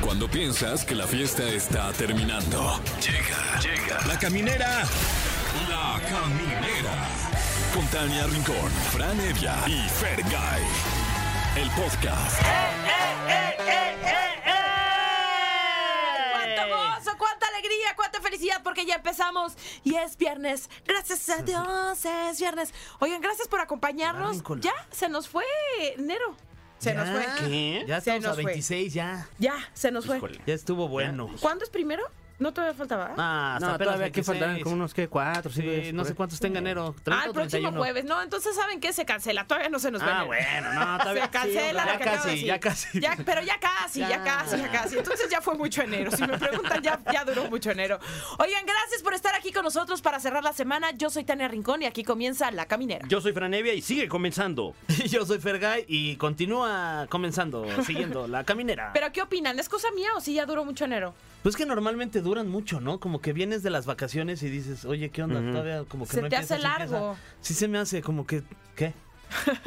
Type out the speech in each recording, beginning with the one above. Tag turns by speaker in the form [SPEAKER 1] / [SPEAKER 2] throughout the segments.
[SPEAKER 1] Cuando piensas que la fiesta está terminando. Llega, llega. La caminera. La caminera. Con Tania Rincón, Fran Evia y Fer El podcast.
[SPEAKER 2] ¡Cuánto gozo, cuánta alegría, cuánta felicidad! Porque ya empezamos y es viernes. Gracias a Dios, es viernes. Oigan, gracias por acompañarnos.
[SPEAKER 3] Arráncola.
[SPEAKER 2] Ya se nos fue enero. Se nos fue.
[SPEAKER 3] ¿Qué? Ya
[SPEAKER 2] Se
[SPEAKER 3] estamos
[SPEAKER 2] nos
[SPEAKER 3] a
[SPEAKER 2] fue.
[SPEAKER 3] 26, ya.
[SPEAKER 2] Ya, se nos fue.
[SPEAKER 3] Ya estuvo bueno.
[SPEAKER 2] ¿Cuándo es primero? No todavía faltaba. ¿ah?
[SPEAKER 3] Ah, hasta
[SPEAKER 4] No,
[SPEAKER 3] apenas
[SPEAKER 4] todavía que
[SPEAKER 3] 26.
[SPEAKER 4] faltaban como unos, ¿qué? Cuatro,
[SPEAKER 3] Sí,
[SPEAKER 4] cinco días
[SPEAKER 3] no
[SPEAKER 4] por
[SPEAKER 3] sé
[SPEAKER 4] ahí.
[SPEAKER 3] cuántos tenga enero. 30
[SPEAKER 2] Ah, el
[SPEAKER 3] o
[SPEAKER 2] próximo
[SPEAKER 3] 31.
[SPEAKER 2] jueves. No, entonces saben que se cancela. Todavía no se nos va.
[SPEAKER 3] Ah,
[SPEAKER 2] enero.
[SPEAKER 3] bueno, no, todavía.
[SPEAKER 2] Se cancela
[SPEAKER 3] ya
[SPEAKER 2] lo que acaba de
[SPEAKER 3] casi,
[SPEAKER 2] decir.
[SPEAKER 3] ya casi.
[SPEAKER 2] Ya, pero ya casi, ya.
[SPEAKER 3] Ya.
[SPEAKER 2] casi, ya casi. Entonces ya fue mucho enero. Si me preguntan, ya, ya duró mucho enero. Oigan, gracias por estar aquí con nosotros para cerrar la semana. Yo soy Tania Rincón y aquí comienza La Caminera.
[SPEAKER 5] Yo soy Franevia y sigue comenzando.
[SPEAKER 3] Y Yo soy Fergay y continúa comenzando, siguiendo la caminera.
[SPEAKER 2] ¿Pero qué opinan? ¿Es cosa mía o si ya duró mucho enero?
[SPEAKER 3] pues que normalmente duran mucho, ¿no? Como que vienes de las vacaciones y dices, oye, ¿qué onda? Todavía como que
[SPEAKER 2] Se
[SPEAKER 3] no
[SPEAKER 2] te hace
[SPEAKER 3] empieza, se empieza.
[SPEAKER 2] largo.
[SPEAKER 3] Sí se me hace como que, ¿qué?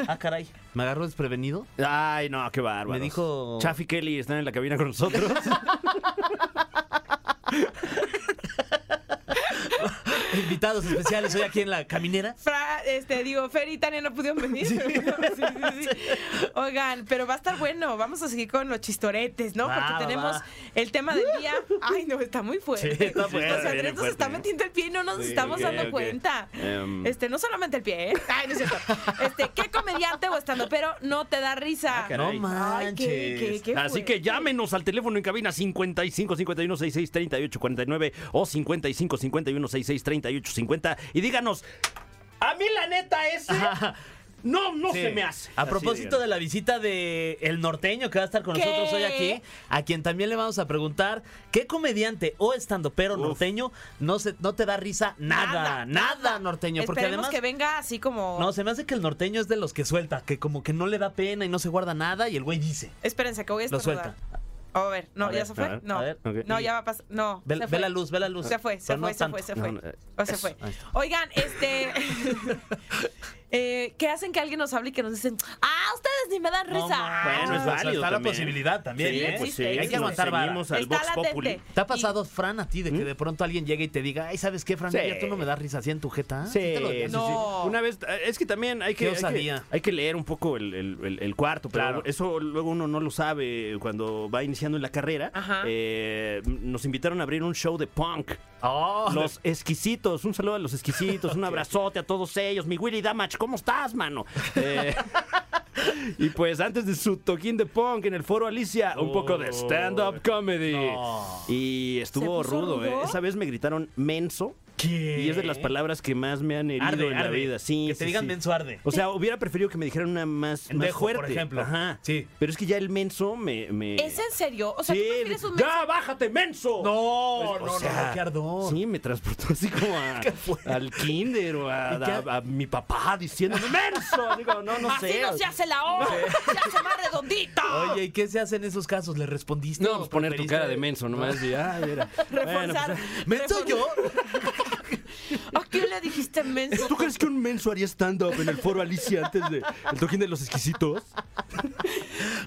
[SPEAKER 3] Ah, caray. ¿Me agarró desprevenido?
[SPEAKER 5] Ay, no, qué bárbaro.
[SPEAKER 3] Me dijo-
[SPEAKER 5] Chafi Kelly están en la cabina con nosotros.
[SPEAKER 3] Invitados especiales hoy aquí en la caminera.
[SPEAKER 2] Fra- este, digo, Fer y Tania no pudieron venir. Sí, sí, sí. Oigan, pero va a estar bueno. Vamos a seguir con los chistoretes, ¿no?
[SPEAKER 3] Va,
[SPEAKER 2] Porque
[SPEAKER 3] va,
[SPEAKER 2] tenemos
[SPEAKER 3] va.
[SPEAKER 2] el tema del día. Ay, no, está muy fuerte.
[SPEAKER 3] Sí, está
[SPEAKER 2] Justo
[SPEAKER 3] fuerte,
[SPEAKER 2] José Andrés
[SPEAKER 5] viene
[SPEAKER 2] nos
[SPEAKER 5] fuerte.
[SPEAKER 2] está metiendo el pie y no nos
[SPEAKER 5] Sí,
[SPEAKER 2] estamos
[SPEAKER 5] ok,
[SPEAKER 2] dando
[SPEAKER 5] ok.
[SPEAKER 2] cuenta.
[SPEAKER 5] Em.
[SPEAKER 2] Este, no solamente el pie, ¿eh? Ay, no es cierto. Este, ¿qué comediante o estando pero no te da risa?
[SPEAKER 5] caray.
[SPEAKER 3] Ah, No
[SPEAKER 5] Ay,
[SPEAKER 2] Ay,
[SPEAKER 3] manches.
[SPEAKER 2] qué, qué, qué
[SPEAKER 5] Así que
[SPEAKER 2] fuerte.
[SPEAKER 5] llámenos al teléfono en cabina 55 51 66 38 49 o 55 51 66 38 50 y díganos, a mí la neta ese no, no
[SPEAKER 3] Sí.
[SPEAKER 5] se me hace.
[SPEAKER 3] A
[SPEAKER 5] Así
[SPEAKER 3] propósito de la visita de El Norteño que va a estar con
[SPEAKER 2] ¿Qué?
[SPEAKER 3] nosotros hoy aquí, a quien también le vamos a preguntar qué comediante o estandopero
[SPEAKER 5] Uf.
[SPEAKER 3] norteño no se no te da risa nada, nada, norteño, porque
[SPEAKER 2] Esperemos
[SPEAKER 3] además
[SPEAKER 2] que venga así como...
[SPEAKER 3] no se me hace que el norteño es de los que suelta, que como que no le da pena y no se guarda nada y el güey dice.
[SPEAKER 2] Espérense, que voy a
[SPEAKER 3] Lo
[SPEAKER 2] estornudar. A ver, no,
[SPEAKER 3] A
[SPEAKER 2] ¿ya
[SPEAKER 3] ver,
[SPEAKER 2] se fue?
[SPEAKER 5] a ver,
[SPEAKER 2] no,
[SPEAKER 3] a ver,
[SPEAKER 5] ok.
[SPEAKER 2] no, ya va a pasar. No,
[SPEAKER 3] Ve,
[SPEAKER 2] se
[SPEAKER 3] ve
[SPEAKER 2] fue.
[SPEAKER 3] la luz, ve la luz.
[SPEAKER 2] Se fue, se
[SPEAKER 3] Pero no
[SPEAKER 2] fue, se
[SPEAKER 3] tanto.
[SPEAKER 2] fue, se fue.
[SPEAKER 5] No, no,
[SPEAKER 2] O se fue.
[SPEAKER 3] ahí está.
[SPEAKER 2] Oigan, este. eh, ¿Qué hacen que alguien nos hable y que nos dicen, ah, ustedes ni me dan
[SPEAKER 3] No
[SPEAKER 2] risa?
[SPEAKER 3] manches,
[SPEAKER 5] Bueno, es
[SPEAKER 3] o sea,
[SPEAKER 5] válido
[SPEAKER 3] Está la
[SPEAKER 5] también.
[SPEAKER 3] posibilidad
[SPEAKER 5] Sí,
[SPEAKER 3] también, ¿eh?
[SPEAKER 5] pues sí,
[SPEAKER 2] existe,
[SPEAKER 3] hay que
[SPEAKER 2] existe.
[SPEAKER 3] aguantar
[SPEAKER 5] nos
[SPEAKER 3] vara.
[SPEAKER 5] ceñimos al
[SPEAKER 2] Está
[SPEAKER 5] Vox
[SPEAKER 2] latente.
[SPEAKER 5] Populi.
[SPEAKER 3] ¿Te ha pasado, Fran, a ti de que
[SPEAKER 5] ¿Mm?
[SPEAKER 3] de pronto alguien llega y te diga, ay, ¿sabes qué, Fran?
[SPEAKER 5] Sí.
[SPEAKER 3] Ya tú no me das risa así en tu jeta.
[SPEAKER 5] Sí,
[SPEAKER 3] Ah, te lo-
[SPEAKER 5] sí, sí.
[SPEAKER 2] No.
[SPEAKER 5] Una vez, eh, es que también hay
[SPEAKER 3] Qué
[SPEAKER 5] que, hay que,
[SPEAKER 3] osadía.
[SPEAKER 5] hay que leer un poco el, el- el- el cuarto, pero
[SPEAKER 3] Claro.
[SPEAKER 5] eso luego uno no lo sabe cuando va iniciando en la carrera.
[SPEAKER 2] Ajá.
[SPEAKER 5] Eh, nos invitaron a abrir un show de punk.
[SPEAKER 3] Oh,
[SPEAKER 5] Los exquisitos, un saludo a los exquisitos, un abrazote a todos ellos. Mi Willy Damach, ¿cómo estás, mano? Eh, y pues antes de su toquín de punk en el foro Alicia, un poco de stand-up comedy.
[SPEAKER 3] No.
[SPEAKER 5] Y estuvo
[SPEAKER 2] Oh, ¿Se puso
[SPEAKER 5] rudo, eh.
[SPEAKER 2] rudo?
[SPEAKER 5] Esa vez me gritaron menso.
[SPEAKER 3] ¿Qué?
[SPEAKER 5] Y es de las palabras que más me han herido
[SPEAKER 3] Arde,
[SPEAKER 5] en la
[SPEAKER 3] arde.
[SPEAKER 5] vida. Sí,
[SPEAKER 3] Que
[SPEAKER 5] sí,
[SPEAKER 3] te digan
[SPEAKER 5] sí. Pues,
[SPEAKER 3] menso arde.
[SPEAKER 5] O sea, hubiera preferido que me dijeran una más, más
[SPEAKER 3] Pendejo, por
[SPEAKER 5] fuerte.
[SPEAKER 3] ejemplo.
[SPEAKER 5] Ajá.
[SPEAKER 3] Sí.
[SPEAKER 5] Pero es que ya el menso me. me...
[SPEAKER 2] ¿Es en serio? O sea,
[SPEAKER 5] Sí,
[SPEAKER 2] ¿tú prefieres un mensaje?
[SPEAKER 5] ¡Ya, bájate, menso!
[SPEAKER 3] No,
[SPEAKER 5] Pues,
[SPEAKER 3] no,
[SPEAKER 5] o sea,
[SPEAKER 3] no, qué ardor.
[SPEAKER 5] Sí, me transportó así como a- al kinder o a,
[SPEAKER 3] ¿Y qué?
[SPEAKER 5] a- a mi papá diciendo ¡Menso! Digo, no, no
[SPEAKER 2] Así
[SPEAKER 5] sé.
[SPEAKER 2] no se hace la O, se hace más redondita.
[SPEAKER 3] Oye, ¿y qué se hace en esos casos? ¿Le respondiste?
[SPEAKER 5] No,
[SPEAKER 3] o
[SPEAKER 5] pues poner tu
[SPEAKER 3] preferiste-
[SPEAKER 5] cara de menso nomás y ay, mira. Bueno, pues,
[SPEAKER 2] reforzar.
[SPEAKER 3] ¿Menso
[SPEAKER 2] reforzar-
[SPEAKER 3] yo?
[SPEAKER 2] ¿A quién le dijiste menso?
[SPEAKER 5] ¿Tú crees que un menso haría stand-up en el foro Alicia antes de el toquín de los exquisitos?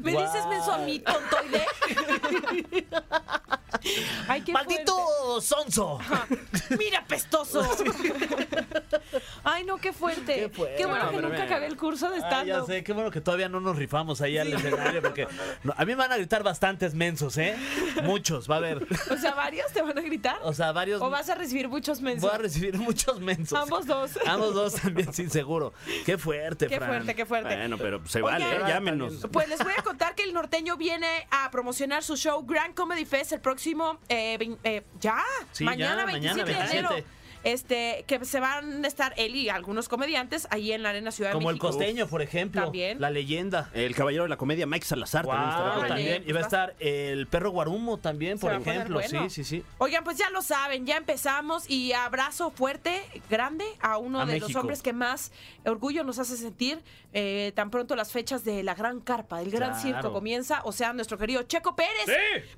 [SPEAKER 2] ¿Me
[SPEAKER 3] Guau.
[SPEAKER 2] dices menso a mí, tontoide? Ay, qué
[SPEAKER 3] ¡Maldito
[SPEAKER 2] fuerte.
[SPEAKER 3] sonso!
[SPEAKER 2] Ajá. Mira, pestoso. Ay, no, qué fuerte. Qué,
[SPEAKER 3] Qué fuerte.
[SPEAKER 2] bueno
[SPEAKER 5] No,
[SPEAKER 2] que
[SPEAKER 5] pero
[SPEAKER 2] nunca
[SPEAKER 5] mira.
[SPEAKER 2] acabé el curso de
[SPEAKER 3] Ah, ya
[SPEAKER 2] estando.
[SPEAKER 3] sé, qué bueno que todavía no nos rifamos ahí al escenario porque no, a mí me van a gritar bastantes mensos, ¿eh? Muchos, va a haber.
[SPEAKER 2] o sea, varios te van a gritar.
[SPEAKER 3] O sea, varios.
[SPEAKER 2] O vas a recibir muchos
[SPEAKER 3] Voy a
[SPEAKER 2] mensajes.
[SPEAKER 3] recibir muchos mensos.
[SPEAKER 2] Ambos dos.
[SPEAKER 6] Ah,
[SPEAKER 3] Ambos dos también, sin seguro. Qué fuerte,
[SPEAKER 2] Qué
[SPEAKER 3] Fran.
[SPEAKER 2] fuerte, qué fuerte.
[SPEAKER 5] Bueno, pero se
[SPEAKER 2] Oigan,
[SPEAKER 5] vale, ¿eh? llámenos.
[SPEAKER 2] Pues les voy a contar que el norteño viene a promocionar su show Grand Comedy Fest el próximo eh, vein- eh, ya,
[SPEAKER 3] Sí,
[SPEAKER 2] mañana,
[SPEAKER 3] ya,
[SPEAKER 2] 27
[SPEAKER 3] mañana,
[SPEAKER 2] de enero.
[SPEAKER 3] 27.
[SPEAKER 2] Este, que se van a estar él y algunos comediantes ahí en la Arena Ciudad
[SPEAKER 3] Como
[SPEAKER 2] de
[SPEAKER 3] el
[SPEAKER 2] México.
[SPEAKER 3] costeño, por ejemplo.
[SPEAKER 2] También.
[SPEAKER 3] La leyenda.
[SPEAKER 5] El caballero de la comedia, Mike Salazar, también estará
[SPEAKER 3] Guau,
[SPEAKER 5] por
[SPEAKER 2] Órale,
[SPEAKER 5] ahí.
[SPEAKER 3] también.
[SPEAKER 2] pues
[SPEAKER 3] Y va a
[SPEAKER 2] vas-
[SPEAKER 3] estar el perro guarumo también,
[SPEAKER 2] Se
[SPEAKER 3] por
[SPEAKER 2] va a poner
[SPEAKER 3] ejemplo.
[SPEAKER 2] bueno.
[SPEAKER 3] Sí, sí, sí.
[SPEAKER 2] Oigan, pues ya lo saben, ya empezamos y abrazo fuerte, grande a uno
[SPEAKER 3] A
[SPEAKER 2] de los
[SPEAKER 3] México.
[SPEAKER 2] hombres que más orgullo nos hace sentir. eh, tan pronto las fechas de la gran carpa, del gran
[SPEAKER 3] Claro.
[SPEAKER 2] circo comienza, o sea, nuestro querido Checo Pérez,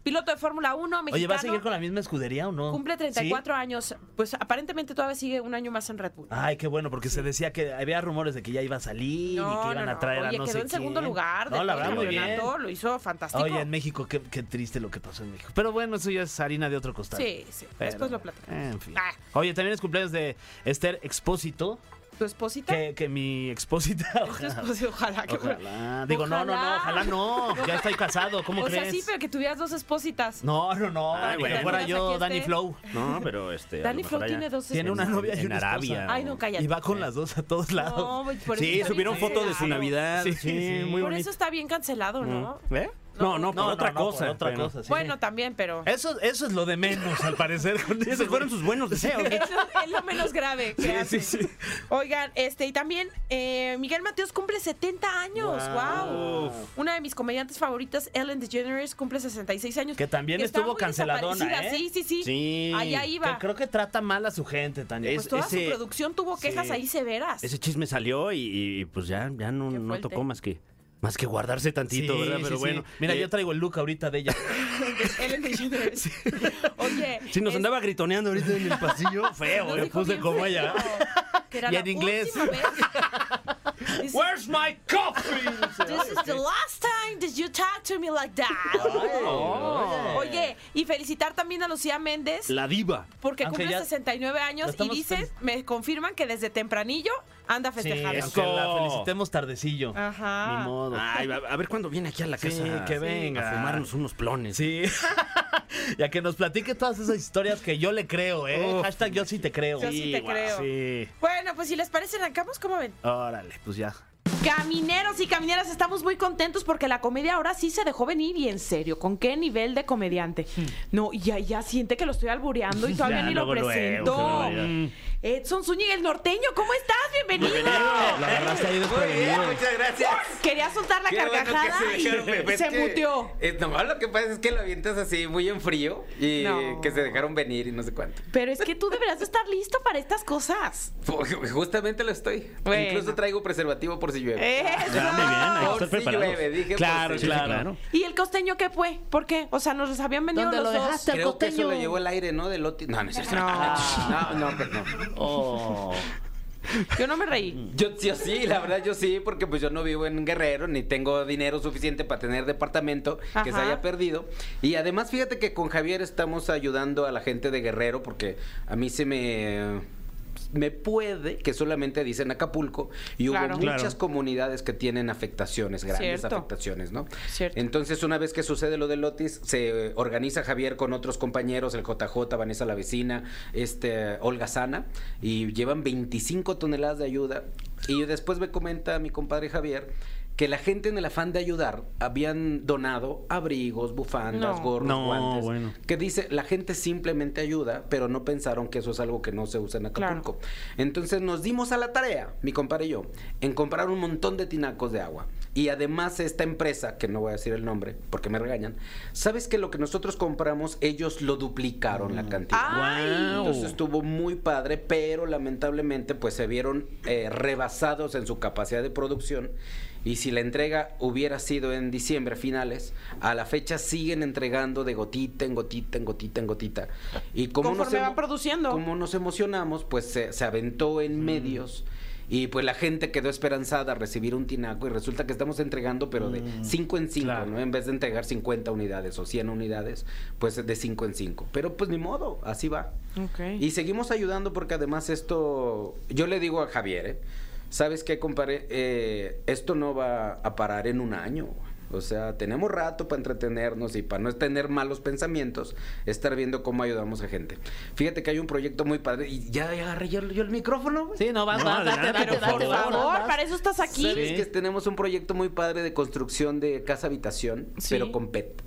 [SPEAKER 2] piloto de Fórmula 1 mexicano.
[SPEAKER 3] Oye, ¿va a seguir con la misma escudería o no?
[SPEAKER 2] Cumple 34 años, pues aparentemente todavía sigue un año más en Red Bull.
[SPEAKER 6] Ay, qué bueno, porque se decía que había rumores de que ya iba a salir y que iban a traer
[SPEAKER 2] Oye,
[SPEAKER 6] a no
[SPEAKER 2] quedó
[SPEAKER 6] sé
[SPEAKER 2] en segundo
[SPEAKER 6] quién.
[SPEAKER 2] lugar de
[SPEAKER 6] No, la
[SPEAKER 2] todo el
[SPEAKER 6] verdad, muy bien.
[SPEAKER 2] campeonato, lo hizo fantástico.
[SPEAKER 6] Oye, en México, qué, qué triste lo que pasó en México. Pero bueno, eso ya es harina de otro costal.
[SPEAKER 2] Sí, sí,
[SPEAKER 6] Pero,
[SPEAKER 2] después lo platicamos.
[SPEAKER 6] En fin.
[SPEAKER 2] Ah.
[SPEAKER 6] Oye, también es cumpleaños de Esther Expósito,
[SPEAKER 2] ¿Tu esposita?
[SPEAKER 6] que, que mi expósita.
[SPEAKER 2] Tu esposa, ojalá que fuera.
[SPEAKER 6] Ojalá. Digo, no, no, no, ojalá no. Ya estoy casado, ¿cómo
[SPEAKER 2] O sea,
[SPEAKER 6] crees?
[SPEAKER 2] sí, pero que tuvieras dos espositas.
[SPEAKER 6] No, no, no.
[SPEAKER 5] Ay,
[SPEAKER 6] ni
[SPEAKER 5] bueno.
[SPEAKER 6] que fuera yo,
[SPEAKER 2] Aquí
[SPEAKER 6] Danny
[SPEAKER 2] esté.
[SPEAKER 6] Flow.
[SPEAKER 5] No, pero este. a
[SPEAKER 2] Danny
[SPEAKER 5] lo mejor
[SPEAKER 2] Flow
[SPEAKER 5] allá-
[SPEAKER 2] tiene dos
[SPEAKER 6] Tiene una
[SPEAKER 2] esposas.
[SPEAKER 6] novia y
[SPEAKER 5] en
[SPEAKER 6] una
[SPEAKER 5] Arabia.
[SPEAKER 6] esposa.
[SPEAKER 2] Ay, no, cállate.
[SPEAKER 6] Y va con las dos a todos lados.
[SPEAKER 2] No, güey, por eso
[SPEAKER 5] Sí,
[SPEAKER 2] está
[SPEAKER 5] subieron
[SPEAKER 2] bien
[SPEAKER 5] fotos de su
[SPEAKER 2] cancelado.
[SPEAKER 5] Navidad.
[SPEAKER 6] Sí.
[SPEAKER 5] Sí, muy
[SPEAKER 2] Por
[SPEAKER 5] bonito.
[SPEAKER 2] eso está bien cancelado, ¿no?
[SPEAKER 5] ¿Eh? No, no, por
[SPEAKER 6] No, no,
[SPEAKER 5] otra
[SPEAKER 6] no, por
[SPEAKER 5] cosa.
[SPEAKER 6] otra
[SPEAKER 5] bueno.
[SPEAKER 6] cosa, sí.
[SPEAKER 2] Bueno, también, pero...
[SPEAKER 3] Eh,
[SPEAKER 6] Eso, eso es lo de menos, al parecer. Con
[SPEAKER 5] Sí, Esos
[SPEAKER 2] pues,
[SPEAKER 6] ese
[SPEAKER 5] fueron
[SPEAKER 6] güey.
[SPEAKER 5] sus buenos deseos.
[SPEAKER 2] Es lo, es lo menos grave que
[SPEAKER 6] Sí,
[SPEAKER 2] hacen.
[SPEAKER 6] sí, sí.
[SPEAKER 2] Oigan, este, y también eh, Miguel Mateos cumple 70 años. Wow. Una de mis comediantes favoritas, Ellen DeGeneres, cumple 66 años.
[SPEAKER 6] Que también
[SPEAKER 2] está
[SPEAKER 6] estuvo
[SPEAKER 2] muy
[SPEAKER 6] canceladona,
[SPEAKER 2] desaparecida.
[SPEAKER 6] ¿eh?
[SPEAKER 2] Sí, sí, sí.
[SPEAKER 5] Sí.
[SPEAKER 2] Allá iba.
[SPEAKER 6] Que creo que trata mal a su gente, Tania.
[SPEAKER 5] Es-
[SPEAKER 2] pues toda
[SPEAKER 5] ese-
[SPEAKER 2] su producción tuvo quejas
[SPEAKER 5] sí.
[SPEAKER 2] ahí severas.
[SPEAKER 5] Ese chisme salió y, y, pues ya, ya no,
[SPEAKER 2] Qué
[SPEAKER 5] no
[SPEAKER 2] fuerte.
[SPEAKER 5] tocó más que más que guardarse tantito,
[SPEAKER 6] Sí,
[SPEAKER 5] ¿verdad?
[SPEAKER 6] sí,
[SPEAKER 5] Pero
[SPEAKER 6] sí.
[SPEAKER 5] bueno.
[SPEAKER 6] Mira,
[SPEAKER 5] eh,
[SPEAKER 6] yo traigo el look ahorita de ella.
[SPEAKER 2] De Ellen DeGeneres. Oye.
[SPEAKER 5] Si nos
[SPEAKER 2] es-
[SPEAKER 5] andaba gritoneando ahorita en el pasillo, feo,
[SPEAKER 2] nos
[SPEAKER 5] me
[SPEAKER 2] dijo
[SPEAKER 5] puse
[SPEAKER 2] bien
[SPEAKER 5] como
[SPEAKER 2] feo
[SPEAKER 5] ella.
[SPEAKER 2] que era
[SPEAKER 6] Y
[SPEAKER 2] la
[SPEAKER 6] en inglés.
[SPEAKER 2] última vez. Dice,
[SPEAKER 6] Where's my coffee?
[SPEAKER 2] This is the last time that you talk to me like that.
[SPEAKER 6] Oh.
[SPEAKER 2] Oye, y felicitar también a Lucía Méndez
[SPEAKER 5] La diva.
[SPEAKER 2] porque
[SPEAKER 6] Aunque
[SPEAKER 2] cumple
[SPEAKER 6] ya-
[SPEAKER 2] 69
[SPEAKER 6] la
[SPEAKER 2] años y
[SPEAKER 6] estamos
[SPEAKER 2] dicen, me confirman que desde tempranillo anda
[SPEAKER 6] Sí,
[SPEAKER 2] festejando.
[SPEAKER 6] aunque la
[SPEAKER 5] Eso.
[SPEAKER 6] felicitemos tardecillo.
[SPEAKER 2] Ajá.
[SPEAKER 6] Ni modo.
[SPEAKER 5] Ah. Ay, a a ver cuándo viene aquí a la
[SPEAKER 6] Sí,
[SPEAKER 5] casa.
[SPEAKER 6] que venga.
[SPEAKER 5] A fumarnos unos plones.
[SPEAKER 6] Sí. y a que nos platique todas esas historias que yo le creo, ¿eh?
[SPEAKER 5] Uf.
[SPEAKER 6] Hashtag yo sí te creo.
[SPEAKER 2] Yo sí te
[SPEAKER 6] guau.
[SPEAKER 2] creo.
[SPEAKER 6] Sí.
[SPEAKER 2] Bueno, pues si les parece, arrancamos, ¿cómo ven?
[SPEAKER 6] Órale, pues ya.
[SPEAKER 2] Camineros y camineras, estamos muy contentos porque la comedia ahora sí se dejó venir y en serio, ¿con qué nivel de comediante? No, y ya, ya siente que lo estoy albureando y todavía
[SPEAKER 5] Ya,
[SPEAKER 2] ni lo
[SPEAKER 5] luego, luego,
[SPEAKER 2] presento.
[SPEAKER 5] qué barbaridad.
[SPEAKER 2] Edson Zúñiga, el norteño, ¿cómo estás? Bienvenido.
[SPEAKER 5] Eh,
[SPEAKER 6] La agarraste ahí de
[SPEAKER 7] Muy bien,
[SPEAKER 6] prevenido.
[SPEAKER 7] muchas gracias.
[SPEAKER 2] Quería soltar la
[SPEAKER 7] Qué bueno que
[SPEAKER 2] carcajada
[SPEAKER 7] se dejaron,
[SPEAKER 2] y
[SPEAKER 7] pues,
[SPEAKER 2] se
[SPEAKER 7] es que,
[SPEAKER 2] muteó.
[SPEAKER 7] eh, no, lo que pasa es que lo avientas así muy en frío y
[SPEAKER 2] No.
[SPEAKER 7] que se dejaron venir y no sé cuánto.
[SPEAKER 2] Pero es que tú deberás de estar listo para estas cosas.
[SPEAKER 7] Ju- Justamente lo estoy.
[SPEAKER 2] Bueno. Eh,
[SPEAKER 7] Incluso traigo preservativo por si llueve.
[SPEAKER 2] ¡Eso!
[SPEAKER 5] Ya, muy bien, hay que
[SPEAKER 7] Por
[SPEAKER 5] estar
[SPEAKER 7] si
[SPEAKER 5] preparados.
[SPEAKER 7] llueve, dije, por
[SPEAKER 5] claro,
[SPEAKER 7] si llueve.
[SPEAKER 5] claro, claro.
[SPEAKER 2] ¿Y el costeño qué fue? ¿Por qué? O sea, nos habían vendido
[SPEAKER 6] ¿Dónde
[SPEAKER 2] los
[SPEAKER 6] lo
[SPEAKER 2] dos.
[SPEAKER 6] dejaste? al
[SPEAKER 7] Creo que eso
[SPEAKER 6] costeño.
[SPEAKER 7] lo llevó el aire, ¿no? Del Oti. No, no es cierto. No, no, perdón.
[SPEAKER 2] Yo no me reí.
[SPEAKER 7] Yo, yo sí, la verdad yo sí, porque pues yo no vivo en Guerrero, ni tengo dinero suficiente para tener departamento que se
[SPEAKER 2] Ajá.
[SPEAKER 7] haya perdido. Y además fíjate que con Javier estamos ayudando a la gente de Guerrero, porque a mí se me... Me puede que solamente dicen Acapulco y hubo
[SPEAKER 2] Claro.
[SPEAKER 7] muchas
[SPEAKER 5] Claro.
[SPEAKER 7] comunidades que tienen afectaciones, grandes
[SPEAKER 2] Cierto.
[SPEAKER 7] afectaciones, ¿no?
[SPEAKER 2] Cierto.
[SPEAKER 7] Entonces, una vez que sucede lo de Lotis, se eh, organiza Javier con otros compañeros, el JJ, Vanessa la vecina, este Olga Sana, y llevan 25 toneladas de ayuda. Y después me comenta mi compadre Javier que la gente en el afán de ayudar habían donado abrigos, bufandas,
[SPEAKER 2] No.
[SPEAKER 7] gorros,
[SPEAKER 5] No,
[SPEAKER 7] guantes.
[SPEAKER 5] bueno.
[SPEAKER 7] Que dice, la gente simplemente ayuda, pero no pensaron que eso es algo que no se usa en Acapulco. Entonces nos dimos a la tarea, mi compadre y yo, en comprar un montón de tinacos de agua. Y además esta empresa, que no voy a decir el nombre porque me regañan, ¿sabes que lo que nosotros compramos, ellos lo duplicaron la cantidad?
[SPEAKER 2] ¡Ay!
[SPEAKER 7] Entonces estuvo muy padre, pero lamentablemente pues se vieron eh, rebasados en su capacidad de producción y si la entrega hubiera sido en diciembre finales, a la fecha siguen entregando de gotita en gotita en gotita en gotita. Y como nos
[SPEAKER 2] Conforme van
[SPEAKER 7] emo-
[SPEAKER 2] produciendo.
[SPEAKER 7] Como nos emocionamos, pues se, se aventó en medios. Y pues la gente quedó esperanzada a recibir un tinaco y resulta que estamos entregando pero de
[SPEAKER 2] Mm,
[SPEAKER 7] 5 en 5,
[SPEAKER 5] claro.
[SPEAKER 7] ¿no? En vez de entregar 50 unidades o 100 unidades, pues de 5 en 5. Pero pues ni modo, así va.
[SPEAKER 2] Ok.
[SPEAKER 7] Y seguimos ayudando porque además esto, yo le digo a Javier, ¿eh? ¿sabes qué, compadre? Eh, esto no va a parar en un año. O sea, tenemos rato para entretenernos y para no tener malos pensamientos, estar viendo cómo ayudamos a gente. Fíjate que hay un proyecto muy padre. Y ya, ya agarré yo, yo el micrófono, güey.
[SPEAKER 6] Sí, no, vas,
[SPEAKER 5] No,
[SPEAKER 6] vas, date,
[SPEAKER 5] adelante,
[SPEAKER 6] date,
[SPEAKER 5] por
[SPEAKER 6] date,
[SPEAKER 2] Por
[SPEAKER 5] favor.
[SPEAKER 6] vas,
[SPEAKER 2] favor,
[SPEAKER 6] vas.
[SPEAKER 2] para eso estás aquí.
[SPEAKER 7] ¿Sabes que tenemos un proyecto muy padre de construcción de casa habitación,
[SPEAKER 2] Sí.
[SPEAKER 7] pero con PET?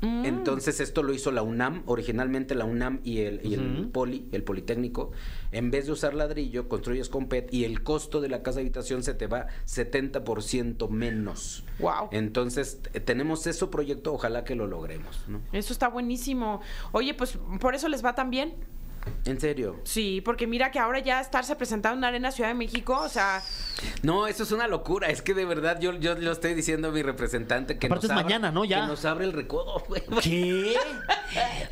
[SPEAKER 6] Mm.
[SPEAKER 7] Entonces esto lo hizo la UNAM, originalmente la UNAM y el, y el Poli, el Politécnico. En vez de usar ladrillo, construyes con PET y el costo de la casa habitación se te va 70% menos.
[SPEAKER 2] Wow.
[SPEAKER 7] Entonces t- tenemos ese proyecto, ojalá que lo logremos. ¿no?
[SPEAKER 2] Eso está buenísimo. Oye, pues por eso les va tan bien.
[SPEAKER 7] En serio.
[SPEAKER 2] Sí, porque mira que ahora ya estarse presentando en una arena Ciudad de México, o sea,
[SPEAKER 7] No, eso es una locura. Es que de verdad yo, yo lo estoy diciendo a mi representante que
[SPEAKER 6] Aparte es
[SPEAKER 7] nos abra-
[SPEAKER 6] mañana, ¿no? Ya.
[SPEAKER 7] Que nos abre el recodo, güey.
[SPEAKER 6] ¿Qué?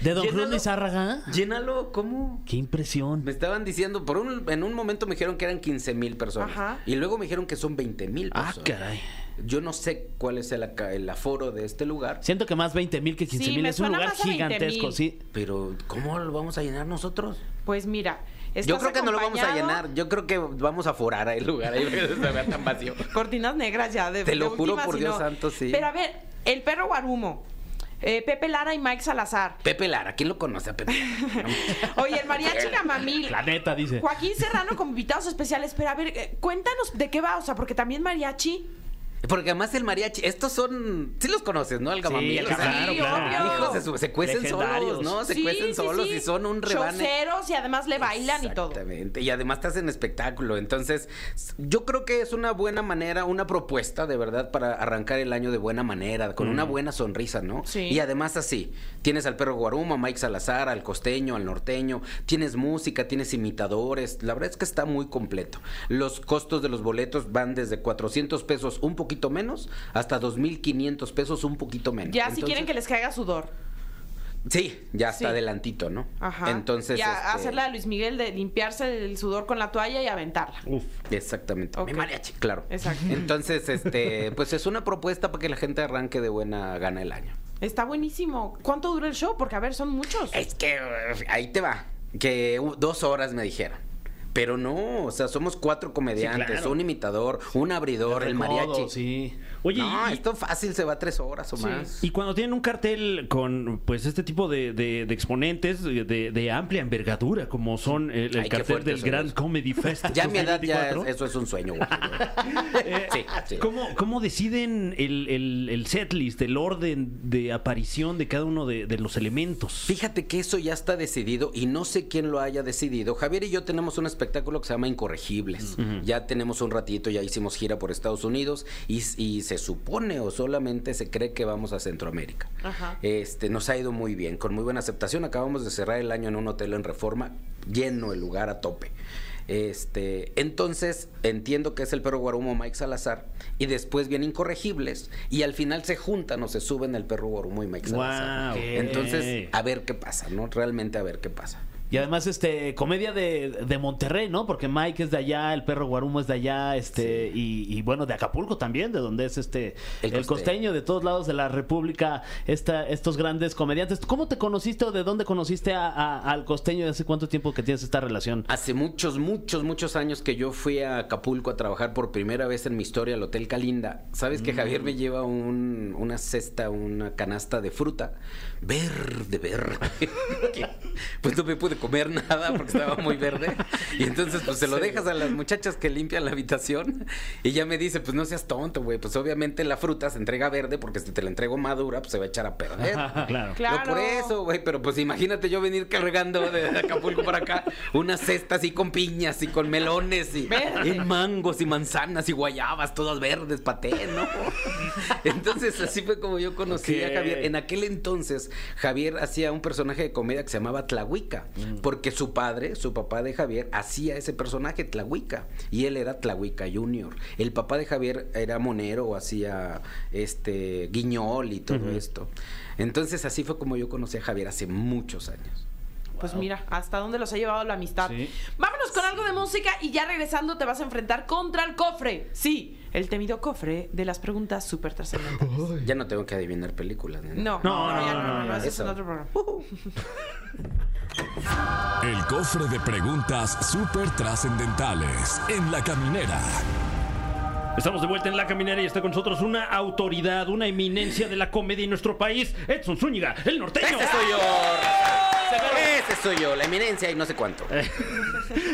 [SPEAKER 3] ¿De Don Cruz
[SPEAKER 7] Llénalo.
[SPEAKER 3] Lizárraga?
[SPEAKER 7] Llénalo, ¿cómo?
[SPEAKER 3] ¡Qué impresión!
[SPEAKER 7] Me estaban diciendo, por un, en un momento me dijeron que eran 15 mil personas.
[SPEAKER 2] Ajá.
[SPEAKER 7] Y luego me dijeron que son 20 mil
[SPEAKER 3] ¡Ah,
[SPEAKER 7] personas.
[SPEAKER 3] caray!
[SPEAKER 7] Yo no sé cuál es el, aca- el aforo de este lugar,
[SPEAKER 3] Siento que más 20 mil que 15 mil.
[SPEAKER 2] me
[SPEAKER 3] es un
[SPEAKER 2] suena
[SPEAKER 3] lugar
[SPEAKER 2] más a 20,000.
[SPEAKER 3] gigantesco, sí.
[SPEAKER 7] pero ¿cómo lo vamos a llenar nosotros?
[SPEAKER 2] Pues mira,
[SPEAKER 7] Yo
[SPEAKER 2] estás
[SPEAKER 7] creo que no lo vamos a
[SPEAKER 2] acompañado-
[SPEAKER 7] llenar. Yo creo que vamos a forar el lugar. Ahí se vea tan vacío.
[SPEAKER 2] Cortinas negras ya de
[SPEAKER 7] Te lo
[SPEAKER 2] de
[SPEAKER 7] juro
[SPEAKER 2] última,
[SPEAKER 7] por
[SPEAKER 2] si
[SPEAKER 7] Dios
[SPEAKER 2] no.
[SPEAKER 7] santo, sí.
[SPEAKER 2] Pero a ver, el perro Guarumo, eh, Pepe Lara y Mike Salazar.
[SPEAKER 7] Pepe Lara, ¿quién lo conoce a Pepe? Lara? No.
[SPEAKER 2] Oye, el mariachi Gamamil.
[SPEAKER 3] La neta, dice.
[SPEAKER 2] Joaquín Serrano como invitados especiales. Pero a ver, eh, cuéntanos de qué va, o sea, porque también mariachi.
[SPEAKER 7] Porque además el mariachi, estos son, sí los conoces, ¿no? El gamamil. o sea,
[SPEAKER 2] claro, claro. obvio.
[SPEAKER 7] Hijos de su- se cuecen
[SPEAKER 3] Legendarios.
[SPEAKER 7] solos, ¿no? Se
[SPEAKER 2] Sí,
[SPEAKER 7] cuecen
[SPEAKER 2] sí,
[SPEAKER 7] solos
[SPEAKER 2] sí.
[SPEAKER 7] y son un rebane.
[SPEAKER 2] Showceros y además le bailan y todo.
[SPEAKER 7] Exactamente. Y además te hacen espectáculo. Entonces, s- yo creo que es una buena manera, una propuesta de verdad para arrancar el año de buena manera, con una buena sonrisa, ¿no?
[SPEAKER 2] Mm. Sí.
[SPEAKER 7] Y además así, tienes al perro Guaruma, a Mike Salazar, al costeño, al norteño, tienes música, tienes imitadores. La verdad es que está muy completo. Los costos de los boletos van desde 400 pesos un poquito menos hasta 2.500 pesos un poquito menos.
[SPEAKER 2] Ya, si
[SPEAKER 7] Entonces-
[SPEAKER 2] quieren que les caiga sudor.
[SPEAKER 7] Sí, ya
[SPEAKER 2] Sí.
[SPEAKER 7] está adelantito, ¿no?
[SPEAKER 2] Ajá.
[SPEAKER 7] Entonces...
[SPEAKER 2] Ya
[SPEAKER 7] este,
[SPEAKER 2] hacer la de Luis Miguel de limpiarse el sudor con la toalla y aventarla.
[SPEAKER 7] Exactamente.
[SPEAKER 2] Ok.
[SPEAKER 7] Mi mariachi, claro.
[SPEAKER 2] Exacto.
[SPEAKER 7] Entonces, este, pues es una propuesta para que la gente arranque de buena gana el año.
[SPEAKER 2] Está buenísimo. ¿Cuánto dura el show? Porque, a ver, son muchos.
[SPEAKER 7] Es que eh, ahí te va. Que u- dos horas me dijeron. Pero no, o sea, somos cuatro comediantes,
[SPEAKER 3] claro.
[SPEAKER 7] un imitador, un abridor, el
[SPEAKER 3] Recodo,
[SPEAKER 7] mariachi.
[SPEAKER 3] sí.
[SPEAKER 5] Oye,
[SPEAKER 7] no,
[SPEAKER 5] y-
[SPEAKER 7] esto fácil se va tres horas o más.
[SPEAKER 5] Y cuando tienen un cartel con pues este tipo de, de- de exponentes de, de- de amplia envergadura, como son el, el
[SPEAKER 7] Ay, qué
[SPEAKER 5] cartel
[SPEAKER 7] fuerte
[SPEAKER 5] del
[SPEAKER 7] suena
[SPEAKER 5] Grand
[SPEAKER 7] eso.
[SPEAKER 5] Comedy Fest.
[SPEAKER 7] Ya a mi edad ya es-
[SPEAKER 5] 2024,
[SPEAKER 7] eso es un sueño. güey. sí, sí.
[SPEAKER 5] eh, ¿Cómo, cómo deciden el, el, el setlist, el orden de aparición de cada uno de, de los elementos?
[SPEAKER 7] Fíjate que eso ya está decidido y no sé quién lo haya decidido. Javier y yo tenemos un espectáculo que se llama Incorregibles. Ya tenemos un ratito, ya hicimos gira por Estados Unidos y, y se supone o solamente se cree que vamos a Centroamérica.
[SPEAKER 2] Ajá.
[SPEAKER 7] Este, nos ha ido muy bien, con muy buena aceptación. Acabamos de cerrar el año en un hotel en Reforma, lleno el lugar a tope. Este, entonces entiendo que es el perro Guarumo Mike Salazar y después vienen incorregibles y al final se juntan o se suben el perro Guarumo y Mike Salazar.
[SPEAKER 5] Guau, ok.
[SPEAKER 7] Entonces, a ver qué pasa, ¿no? Realmente a ver qué pasa.
[SPEAKER 3] Y además, este, comedia de, de Monterrey, ¿no? Porque Mike es de allá, el perro Guarumo es de allá, este, y, y bueno, de Acapulco también, de donde es este el,
[SPEAKER 7] El
[SPEAKER 3] costeño. de todos lados de la República, esta, estos grandes comediantes. ¿Cómo te conociste o de dónde conociste a- a- al costeño y hace cuánto tiempo que tienes esta relación?
[SPEAKER 7] Hace muchos, muchos, muchos años que yo fui a Acapulco a trabajar por primera vez en mi historia al Hotel Calinda. Sabes que Javier me lleva un- una cesta, una canasta de fruta verde, verde. Que, pues no me pude comer nada porque estaba muy verde. Y entonces pues se lo dejas a las muchachas que limpian la habitación y ya me dice, pues no seas tonto, güey. Pues obviamente la fruta se entrega verde porque si te la entrego madura pues se va a echar a perder.
[SPEAKER 5] Claro.
[SPEAKER 2] Claro.
[SPEAKER 7] Yo por eso, güey, pero pues imagínate yo venir cargando de Acapulco para acá unas cestas así con piñas y con melones y,
[SPEAKER 2] Verde.
[SPEAKER 7] y mangos y manzanas y guayabas, todas verdes, paté, ¿no? Entonces así fue como yo conocí
[SPEAKER 5] Ok.
[SPEAKER 7] a Javier. En aquel entonces, Javier hacía un personaje de comedia que se llamaba Tlahuica,
[SPEAKER 5] Mm.
[SPEAKER 7] porque su padre, su papá de Javier, hacía ese personaje, Tlahuica, y él era Tlahuica Junior. El papá de Javier era monero o hacía este guiñol y todo esto. Entonces así fue como yo conocí a Javier hace muchos años.
[SPEAKER 2] Pues mira, hasta dónde los ha llevado la amistad.
[SPEAKER 5] Sí.
[SPEAKER 2] Vámonos con algo de música y ya regresando te vas a enfrentar contra el cofre. Sí, el temido cofre de las preguntas súper trascendentales.
[SPEAKER 7] Ya no tengo que adivinar películas. nena.
[SPEAKER 2] No,
[SPEAKER 5] No,
[SPEAKER 2] ya
[SPEAKER 5] no, no, no,
[SPEAKER 2] ese es
[SPEAKER 7] eso.
[SPEAKER 2] un otro programa. Uh,
[SPEAKER 1] El cofre de preguntas súper trascendentales en la caminera.
[SPEAKER 5] Estamos de vuelta en La Caminera y está con nosotros una autoridad, una eminencia de la comedia en nuestro país, Edson Zúñiga, el norteño.
[SPEAKER 7] ¡Ese soy yo! ¡Ese soy yo! La eminencia y no sé cuánto.
[SPEAKER 5] Eh.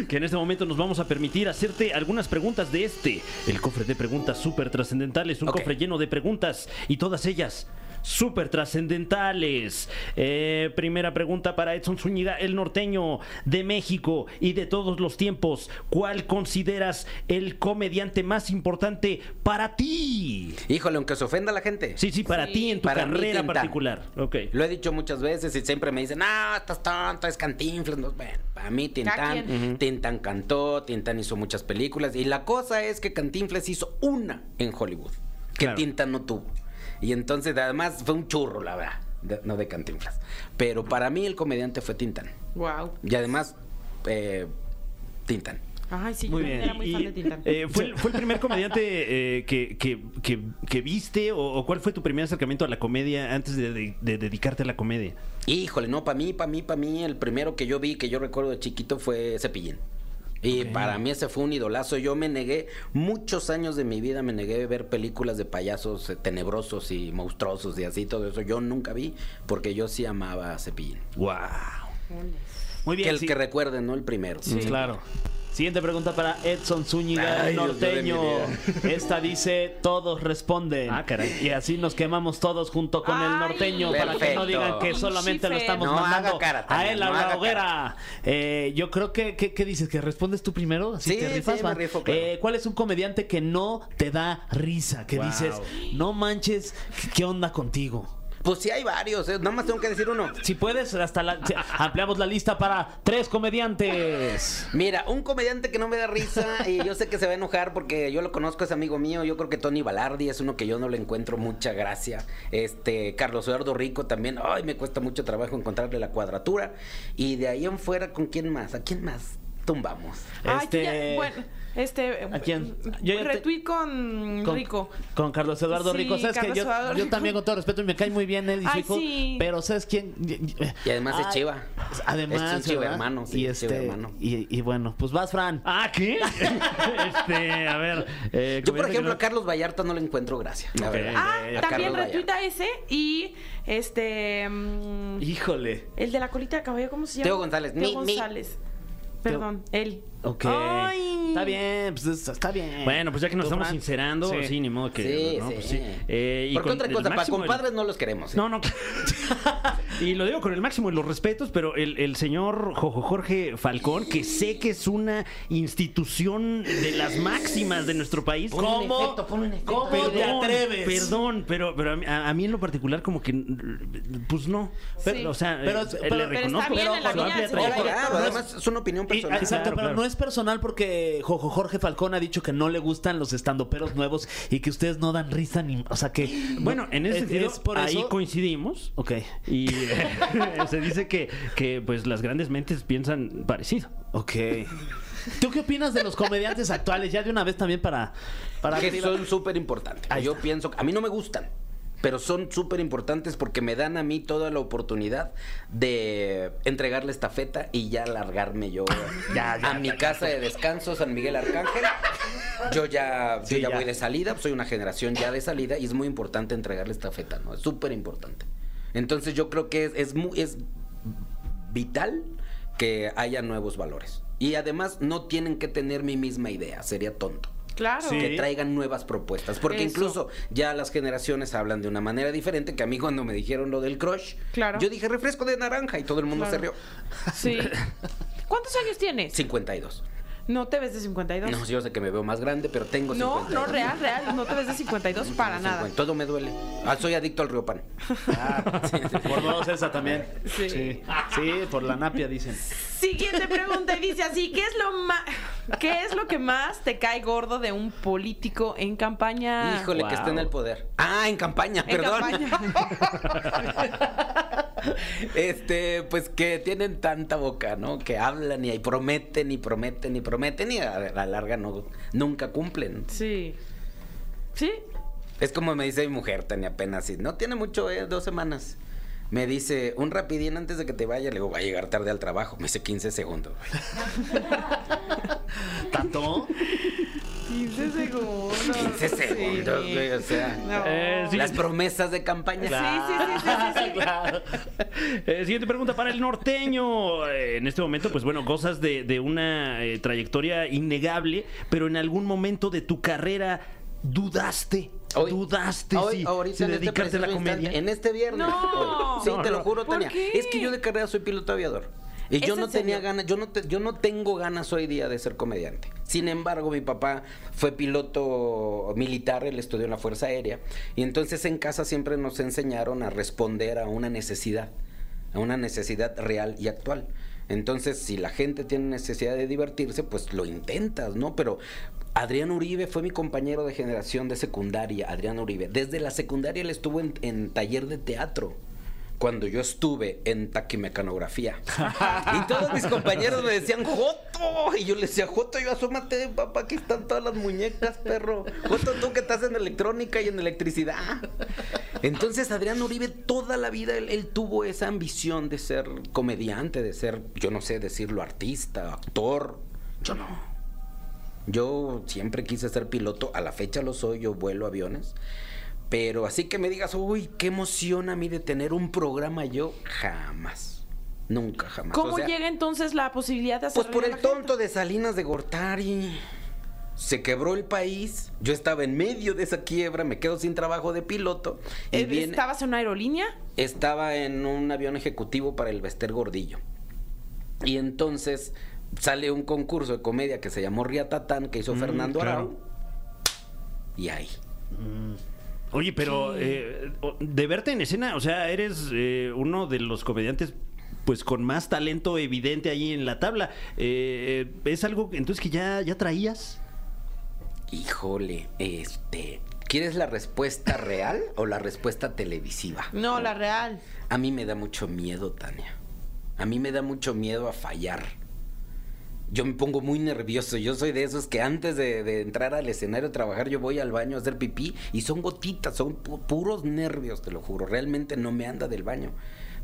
[SPEAKER 5] que en este momento nos vamos a permitir hacerte algunas preguntas de este, el cofre de preguntas súper trascendentales, un
[SPEAKER 7] Ok.
[SPEAKER 5] cofre lleno de preguntas y todas ellas súper trascendentales. Eh, primera pregunta para Edson Zúñiga, el norteño de México y de todos los tiempos, ¿cuál consideras el comediante más importante para ti?
[SPEAKER 7] Híjole, aunque se ofenda la gente.
[SPEAKER 5] Sí, sí, para
[SPEAKER 2] Sí.
[SPEAKER 5] ti en tu
[SPEAKER 7] Para mí,
[SPEAKER 5] carrera
[SPEAKER 7] Tintán.
[SPEAKER 5] particular. Ok.
[SPEAKER 7] Lo he dicho muchas veces y siempre me dicen, ah, estás tonto, es cantinflas. No, bueno, para mí Tintán,
[SPEAKER 2] quien.
[SPEAKER 7] Ujú. Tintán cantó, Tintán hizo muchas películas. Y la cosa es que Cantinflas hizo una en Hollywood, que
[SPEAKER 5] Claro.
[SPEAKER 7] Tintán no tuvo. Y entonces, además, fue un churro, la verdad. de- no de Cantinflas. Pero para mí el comediante fue Tintán.
[SPEAKER 2] Wow.
[SPEAKER 7] Y además, eh, Tintán.
[SPEAKER 2] Ay, sí,
[SPEAKER 3] Muy
[SPEAKER 2] yo
[SPEAKER 3] bien.
[SPEAKER 2] era muy
[SPEAKER 3] Y-
[SPEAKER 2] fan de Tintán.
[SPEAKER 3] eh, ¿fue, el- fue el primer comediante eh, que, que- que- que viste o, o cuál fue tu primer acercamiento a la comedia antes de, de- de dedicarte a la comedia?
[SPEAKER 7] Híjole, no, para mí, para mí, para mí, el primero que yo vi, que yo recuerdo de chiquito, fue Cepillín. Y para mí ese fue un idolazo. Yo me negué, muchos años de mi vida me negué a ver películas de payasos eh, tenebrosos y monstruosos y así, todo eso. Yo nunca vi, porque yo sí amaba a Cepillín.
[SPEAKER 3] ¡Wow! Muy bien.
[SPEAKER 7] que el
[SPEAKER 3] sí.
[SPEAKER 7] que recuerden, ¿no? El primero.
[SPEAKER 3] Mm, Claro. Siguiente pregunta para Edson Zúñiga,
[SPEAKER 7] Ay, Dios mío de mi
[SPEAKER 3] norteño. Esta dice, todos responden.
[SPEAKER 5] Ah, caray.
[SPEAKER 3] Y así nos quemamos todos junto con el
[SPEAKER 2] Ay,
[SPEAKER 3] norteño para que no
[SPEAKER 7] perfecto.
[SPEAKER 3] digan que solamente lo
[SPEAKER 2] Pinche
[SPEAKER 3] estamos
[SPEAKER 7] Fer. No
[SPEAKER 3] mandando
[SPEAKER 7] haga cara,
[SPEAKER 3] a
[SPEAKER 7] Tania,
[SPEAKER 3] él
[SPEAKER 7] no
[SPEAKER 3] a la
[SPEAKER 7] haga
[SPEAKER 3] hoguera. Eh, yo creo que, ¿qué, qué dices? ¿Que respondes tú primero? Así
[SPEAKER 7] Sí,
[SPEAKER 3] te rifas,
[SPEAKER 7] sí,
[SPEAKER 3] va.
[SPEAKER 7] me rifo, claro.
[SPEAKER 3] Eh, ¿Cuál es un comediante que no te da risa? Que dices, no manches, ¿qué onda contigo?
[SPEAKER 7] Pues sí hay varios, eh, nada más tengo que decir uno.
[SPEAKER 3] Si puedes, hasta la, ampliamos la lista para tres comediantes.
[SPEAKER 7] Mira, un comediante que no me da risa y yo sé que se va a enojar porque yo lo conozco, es amigo mío. Yo creo que Tony Balardi es uno que yo no le encuentro mucha gracia. Este, Carlos Eduardo Rico también. Ay, me cuesta mucho trabajo encontrarle la cuadratura. Y de ahí en fuera, ¿con quién más? ¿A quién más tumbamos?
[SPEAKER 2] Ay,
[SPEAKER 3] este-
[SPEAKER 2] ya, bueno, este.
[SPEAKER 3] ¿A quién? Yo
[SPEAKER 2] Yo
[SPEAKER 3] ya te-
[SPEAKER 2] retweet con, Rico.
[SPEAKER 3] Con Eh, Carlos Eduardo
[SPEAKER 2] Sí,
[SPEAKER 3] Rico. ¿Sabes
[SPEAKER 2] Carlos
[SPEAKER 3] que yo,
[SPEAKER 2] Eduardo
[SPEAKER 3] yo
[SPEAKER 2] Rico.
[SPEAKER 3] también, con todo respeto, y me cae muy bien él y su
[SPEAKER 2] Ay,
[SPEAKER 3] hijo,
[SPEAKER 2] sí.
[SPEAKER 3] Pero ¿sabes quién?
[SPEAKER 7] Y además es
[SPEAKER 3] Ay, pues,
[SPEAKER 7] chiva.
[SPEAKER 3] Además,
[SPEAKER 7] Es un chiva
[SPEAKER 3] ¿verdad?
[SPEAKER 7] hermano, sí,
[SPEAKER 3] y,
[SPEAKER 7] es chiva
[SPEAKER 3] este,
[SPEAKER 7] hermano.
[SPEAKER 3] Y, y bueno, pues vas, Fran. Ah, ¿qué? este, a ver. eh,
[SPEAKER 7] Yo,
[SPEAKER 3] comediante que
[SPEAKER 7] por ejemplo,
[SPEAKER 3] no-
[SPEAKER 7] a Carlos Vallarta no le encuentro gracia. la
[SPEAKER 3] Ok.
[SPEAKER 7] verdad.
[SPEAKER 2] Ah,
[SPEAKER 7] A
[SPEAKER 2] también
[SPEAKER 7] Carlos Vallarta.
[SPEAKER 2] retuita ese y este. mm,
[SPEAKER 3] Híjole.
[SPEAKER 2] el de la colita de caballo, ¿cómo se llama?
[SPEAKER 7] Teo González.
[SPEAKER 2] Teo
[SPEAKER 7] Mi, mi.
[SPEAKER 2] González. Perdón, él.
[SPEAKER 3] Ok.
[SPEAKER 2] Ay.
[SPEAKER 3] Está bien, pues es- está bien.
[SPEAKER 5] Bueno, pues ya que nos
[SPEAKER 3] Tú,
[SPEAKER 5] estamos
[SPEAKER 3] Fran.
[SPEAKER 5] sincerando, sí.
[SPEAKER 3] Sí.
[SPEAKER 5] ni modo que.
[SPEAKER 7] Sí,
[SPEAKER 5] ¿no?
[SPEAKER 7] sí.
[SPEAKER 5] Pues sí. Eh, y
[SPEAKER 7] Porque
[SPEAKER 5] con
[SPEAKER 7] otra
[SPEAKER 5] el
[SPEAKER 7] cosa, para
[SPEAKER 5] máximo-
[SPEAKER 7] compadres no los queremos. ¿eh?
[SPEAKER 5] No, no. y lo digo con el máximo de los respetos, pero el, el señor Jojo Jorge Falcón, que sé que es una institución de las máximas de nuestro país.
[SPEAKER 3] ¿Cómo? ¿Cómo te atreves?
[SPEAKER 5] Perdón, pero, pero a, mí, a- a mí en lo particular como que, pues no. Pero,
[SPEAKER 2] Sí.
[SPEAKER 5] O sea,
[SPEAKER 3] Pero-
[SPEAKER 5] eh,
[SPEAKER 3] pero-
[SPEAKER 5] le
[SPEAKER 3] pero está
[SPEAKER 5] reconozco.
[SPEAKER 2] bien en la
[SPEAKER 5] su
[SPEAKER 2] línea
[SPEAKER 5] amplia
[SPEAKER 2] del señor
[SPEAKER 5] trayectoria.
[SPEAKER 7] Claro, Ah, además es una opinión
[SPEAKER 3] Y-
[SPEAKER 7] personal.
[SPEAKER 3] exacto,
[SPEAKER 5] Claro,
[SPEAKER 3] pero
[SPEAKER 5] claro.
[SPEAKER 3] no es personal porque Jojo Jorge Falcón ha dicho que no le gustan los estandoperos nuevos y que ustedes no dan risa ni. O sea que.
[SPEAKER 5] Bueno, en ese
[SPEAKER 3] es-
[SPEAKER 5] sentido,
[SPEAKER 3] es por
[SPEAKER 5] ahí
[SPEAKER 3] eso-
[SPEAKER 5] coincidimos.
[SPEAKER 3] Ok.
[SPEAKER 5] Y eh, se dice que, que pues las grandes mentes piensan parecido.
[SPEAKER 3] Ok. ¿Tú qué opinas de los comediantes actuales? Ya de una vez también para. para
[SPEAKER 7] que son súper importantes.
[SPEAKER 3] Ahí
[SPEAKER 7] Yo
[SPEAKER 3] está.
[SPEAKER 7] pienso, a mí no me gustan, pero son súper importantes porque me dan a mí toda la oportunidad de entregar la estafeta y ya largarme yo
[SPEAKER 3] Ya, ya,
[SPEAKER 7] a mi casa de descanso, San Miguel Arcángel. Yo ya, yo
[SPEAKER 3] Sí,
[SPEAKER 7] ya,
[SPEAKER 3] ya.
[SPEAKER 7] voy de salida, soy una generación ya de salida y es muy importante entregar la estafeta, ¿no? Es súper importante. Entonces yo creo que es, es, muy, es vital que haya nuevos valores. Y además no tienen que tener mi misma idea, sería tonto
[SPEAKER 2] Claro.
[SPEAKER 3] Sí.
[SPEAKER 7] que traigan nuevas propuestas. Porque
[SPEAKER 2] Eso.
[SPEAKER 7] incluso ya las generaciones hablan de una manera diferente que a mí cuando me dijeron lo del crush.
[SPEAKER 2] Claro.
[SPEAKER 7] Yo dije refresco de naranja y todo el mundo se
[SPEAKER 2] Claro.
[SPEAKER 7] rió.
[SPEAKER 2] Sí. ¿Cuántos años tienes?
[SPEAKER 7] 52.
[SPEAKER 2] No te ves de 52.
[SPEAKER 7] No, yo sé que me veo más grande, pero tengo
[SPEAKER 2] No, no,
[SPEAKER 7] 52.
[SPEAKER 2] real, real. No te ves de 52 para nada.
[SPEAKER 7] 50. Todo me duele. Ah, soy adicto al riopan.
[SPEAKER 3] Ah, Por dos, esa también.
[SPEAKER 2] Sí.
[SPEAKER 3] sí. Sí, por la napia dicen.
[SPEAKER 2] Siguiente pregunta y dice así, ¿qué es lo más qué es lo que más te cae gordo de un político en campaña?
[SPEAKER 7] Híjole, que está en el poder. Ah, en campaña,
[SPEAKER 2] Ah. En
[SPEAKER 7] perdón.
[SPEAKER 2] campaña.
[SPEAKER 7] Este, pues que tienen tanta boca, ¿no? Que hablan y prometen y prometen y prometen y a la larga no, nunca cumplen.
[SPEAKER 2] Sí. Sí.
[SPEAKER 7] Es como me dice mi mujer, Tania, apenas, y no tiene mucho, eh, dos semanas. Me dice, un rapidín antes de que te vaya, le digo, va a llegar tarde al trabajo. Me dice 15 segundos.
[SPEAKER 3] ¿Tanto?
[SPEAKER 2] 15 segundos.
[SPEAKER 7] 15
[SPEAKER 2] Sí.
[SPEAKER 7] segundos, güey, o sea.
[SPEAKER 2] No.
[SPEAKER 5] Eh, sí.
[SPEAKER 7] Las promesas de campaña.
[SPEAKER 2] Sí, sí, sí, sí, sí, sí.
[SPEAKER 3] Claro.
[SPEAKER 5] Eh, siguiente pregunta para el norteño. Eh, en este momento, pues bueno, gozas de, de una eh, trayectoria innegable, pero en algún momento de tu carrera dudaste.
[SPEAKER 7] Hoy-
[SPEAKER 5] dudaste
[SPEAKER 7] hoy,
[SPEAKER 5] si,
[SPEAKER 7] ahorita
[SPEAKER 5] si
[SPEAKER 7] en este
[SPEAKER 5] dedicarte a la
[SPEAKER 7] preciso
[SPEAKER 5] comedia.
[SPEAKER 7] instante, en este viernes.
[SPEAKER 2] No.
[SPEAKER 7] hoy. Sí,
[SPEAKER 2] No,
[SPEAKER 7] te
[SPEAKER 2] no.
[SPEAKER 7] lo juro,
[SPEAKER 2] ¿Por
[SPEAKER 7] Tania.
[SPEAKER 2] qué?
[SPEAKER 7] Es que yo de carrera soy piloto aviador. Y
[SPEAKER 2] ¿Es
[SPEAKER 7] yo
[SPEAKER 2] en
[SPEAKER 7] no tenía
[SPEAKER 2] serio?
[SPEAKER 7] ganas, yo no, te- yo no tengo ganas hoy día de ser comediante. Sin embargo, mi papá fue piloto militar, él estudió en la Fuerza Aérea. Y entonces en casa siempre nos enseñaron a responder a una necesidad, a una necesidad real y actual. Entonces, si la gente tiene necesidad de divertirse, pues lo intentas, ¿no? Pero Adrián Uribe fue mi compañero de generación de secundaria, Adrián Uribe. Desde la secundaria él estuvo en, en taller de teatro. cuando yo estuve en taquimecanografía. y todos mis compañeros me decían, Joto. Y yo les decía, Joto, yo asómate, papá, aquí están todas las muñecas, perro. Joto, tú que estás en electrónica y en electricidad. Entonces, Adrián Uribe, toda la vida él, él tuvo esa ambición de ser comediante, de ser, yo no sé decirlo, artista, actor. Yo no. Yo siempre quise ser piloto, a la fecha lo soy, yo vuelo aviones. Pero así que me digas, uy, qué emoción a mí de tener un programa yo, jamás. Nunca, jamás.
[SPEAKER 2] ¿Cómo
[SPEAKER 7] O sea,
[SPEAKER 2] llega entonces la posibilidad de hacer
[SPEAKER 7] Pues por el tonto de Salinas de Gortari. Se quebró el país, yo estaba en medio de esa quiebra, me quedo sin trabajo de piloto.
[SPEAKER 2] Eh,
[SPEAKER 7] Y viene-
[SPEAKER 2] ¿Estabas en una aerolínea?
[SPEAKER 7] estaba en un avión ejecutivo para el Bester Gordillo. Y entonces sale un concurso de comedia que se llamó Riatatán, que hizo Fernando
[SPEAKER 5] claro.
[SPEAKER 7] Arau. Y ahí.
[SPEAKER 5] Oye, pero eh, o- de verte en escena, o sea, eres eh, uno de los comediantes pues con más talento evidente ahí en la tabla. Eh, eh, ¿Es algo que- entonces que ya, ya traías?
[SPEAKER 7] Híjole, este. ¿Quieres la respuesta real o la respuesta televisiva?
[SPEAKER 2] No, la real.
[SPEAKER 7] A mí me da mucho miedo, Tania. A mí me da mucho miedo a fallar. Yo me pongo muy nervioso. Yo soy de esos que antes de, de entrar al escenario a trabajar, yo voy al baño a hacer pipí y son gotitas, son pu- puros nervios, te lo juro. Realmente no me anda del baño.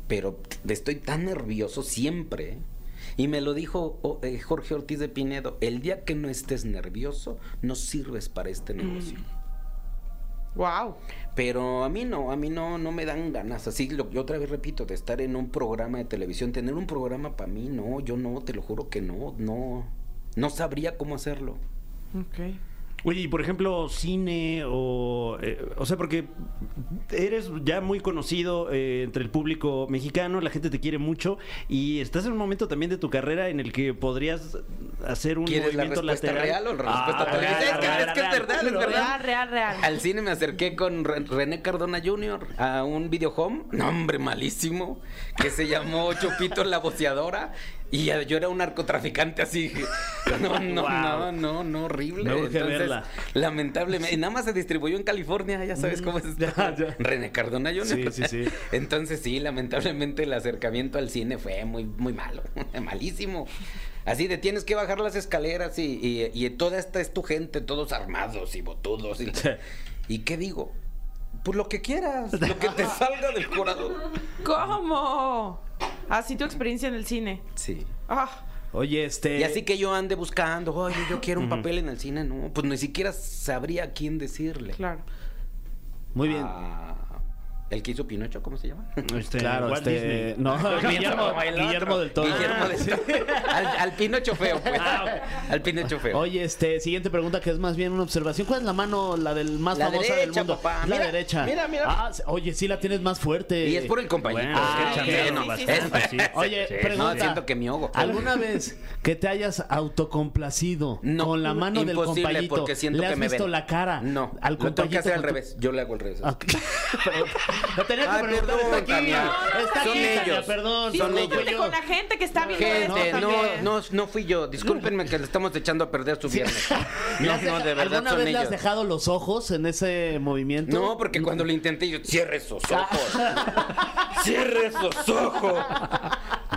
[SPEAKER 7] Pero t- estoy tan nervioso siempre. ¿eh? Y me lo dijo oh, eh, Jorge Ortiz de Pinedo: el día que no estés nervioso, no sirves para este negocio.
[SPEAKER 2] Wow.
[SPEAKER 7] Pero a mí no, a mí no, no me dan ganas. Así, lo, yo otra vez repito, de estar en un programa de televisión, tener un programa para mí, no, yo no, te lo juro que no, no, no sabría cómo hacerlo.
[SPEAKER 2] Ok.
[SPEAKER 5] Oye, y por ejemplo, cine o... eh, o sea, porque eres ya muy conocido eh, entre el público mexicano, la gente te quiere mucho y estás en un momento también de tu carrera en el que podrías hacer un
[SPEAKER 7] ¿Quieres la
[SPEAKER 5] movimiento
[SPEAKER 7] respuesta
[SPEAKER 5] lateral. Ah,
[SPEAKER 7] real o la respuesta televisiva? Es que- es que es verdad, es verdad.
[SPEAKER 2] Real, real, real.
[SPEAKER 7] Al cine me acerqué con Re- René Cardona Jr. a un videohome, nombre malísimo, que se llamó Chopito la boceadora. Y eh, yo era un narcotraficante así. No, no,
[SPEAKER 5] Wow.
[SPEAKER 7] no, no, no, horrible.
[SPEAKER 5] Me urge verla.
[SPEAKER 7] Lamentablemente. Nada más se distribuyó en California, ya sabes cómo es. esto.
[SPEAKER 5] Mm, Ya, ya.
[SPEAKER 7] René Cardona Jr.
[SPEAKER 5] Sí, sí, sí.
[SPEAKER 7] Entonces sí, lamentablemente el acercamiento al cine fue muy, muy malo, malísimo. Así de tienes que bajar las escaleras y, y- y toda esta es tu gente, todos armados y botudos. Y, ¿Y qué digo? Pues lo que quieras, lo que te salga del corazón.
[SPEAKER 2] ¿Cómo? Así tu experiencia en el cine.
[SPEAKER 7] Sí.
[SPEAKER 2] Ah,
[SPEAKER 3] Oye, este.
[SPEAKER 7] Y así
[SPEAKER 5] Eh,
[SPEAKER 7] que yo ande buscando, oye, yo quiero un papel en el cine, no, pues ni siquiera sabría a quién decirle.
[SPEAKER 2] claro.
[SPEAKER 3] Muy bien.
[SPEAKER 7] Ah, el que hizo Pinocho, ¿cómo se llama?
[SPEAKER 5] Este,
[SPEAKER 3] Claro,
[SPEAKER 5] Walt
[SPEAKER 3] este,
[SPEAKER 5] Disney.
[SPEAKER 3] no,
[SPEAKER 5] Guillermo,
[SPEAKER 3] Guillermo, Guillermo del Toro. Ah,
[SPEAKER 7] Guillermo del Toro. Al, al Pinocho feo, pues. Al Pinocho feo.
[SPEAKER 3] Oye, este, siguiente pregunta que es más bien una observación. ¿Cuál es la mano, la del más
[SPEAKER 7] La
[SPEAKER 3] famosa del
[SPEAKER 7] derecha,
[SPEAKER 3] mundo?
[SPEAKER 7] papá.
[SPEAKER 3] La
[SPEAKER 7] Mira,
[SPEAKER 3] derecha.
[SPEAKER 7] mira, mira.
[SPEAKER 3] Ah, s- oye, sí la tienes más fuerte.
[SPEAKER 7] Y es por el compañero.
[SPEAKER 5] Bueno,
[SPEAKER 7] Ah,
[SPEAKER 5] es que
[SPEAKER 7] sí,
[SPEAKER 5] chambearon
[SPEAKER 7] no,
[SPEAKER 5] bastante,
[SPEAKER 7] es-
[SPEAKER 5] sí.
[SPEAKER 3] Oye,
[SPEAKER 5] Sí, sí.
[SPEAKER 3] pregunta.
[SPEAKER 7] No, siento que me ahogo.
[SPEAKER 3] ¿Alguna vez que te hayas autocomplacido
[SPEAKER 7] No,
[SPEAKER 3] con la mano del
[SPEAKER 7] imposible,
[SPEAKER 3] compañito?
[SPEAKER 7] porque siento
[SPEAKER 3] ¿Le has
[SPEAKER 7] que me
[SPEAKER 3] visto
[SPEAKER 7] ven.
[SPEAKER 3] la cara?
[SPEAKER 7] No,
[SPEAKER 3] Al
[SPEAKER 7] lo tengo que
[SPEAKER 3] compañito
[SPEAKER 7] hacer al
[SPEAKER 3] con tu-
[SPEAKER 7] revés. Yo le hago al revés.
[SPEAKER 3] Ah, pero- Lo tenía que
[SPEAKER 7] Ay,
[SPEAKER 3] preguntar,
[SPEAKER 7] perdón,
[SPEAKER 3] está aquí.
[SPEAKER 7] Tania.
[SPEAKER 3] Está
[SPEAKER 7] Son
[SPEAKER 3] aquí, Tania,
[SPEAKER 7] ellos.
[SPEAKER 3] perdón.
[SPEAKER 7] Son
[SPEAKER 3] no fui
[SPEAKER 7] ellos.
[SPEAKER 2] Discúlpete
[SPEAKER 3] yo.
[SPEAKER 2] con la gente que está viendo
[SPEAKER 7] Gente,
[SPEAKER 2] esto
[SPEAKER 7] no,
[SPEAKER 2] también.
[SPEAKER 7] no, no fui yo. Discúlpenme que le estamos echando a perder su viernes.
[SPEAKER 3] ¿Le
[SPEAKER 7] No,
[SPEAKER 3] has
[SPEAKER 7] no,
[SPEAKER 3] deja-
[SPEAKER 7] de verdad
[SPEAKER 3] ¿Alguna
[SPEAKER 7] son
[SPEAKER 3] vez le has
[SPEAKER 7] ellos.
[SPEAKER 3] dejado los ojos en ese movimiento?
[SPEAKER 7] No, porque cuando lo intenté yo, cierre sus
[SPEAKER 3] Ah.
[SPEAKER 7] ojos. cierre sus ojos.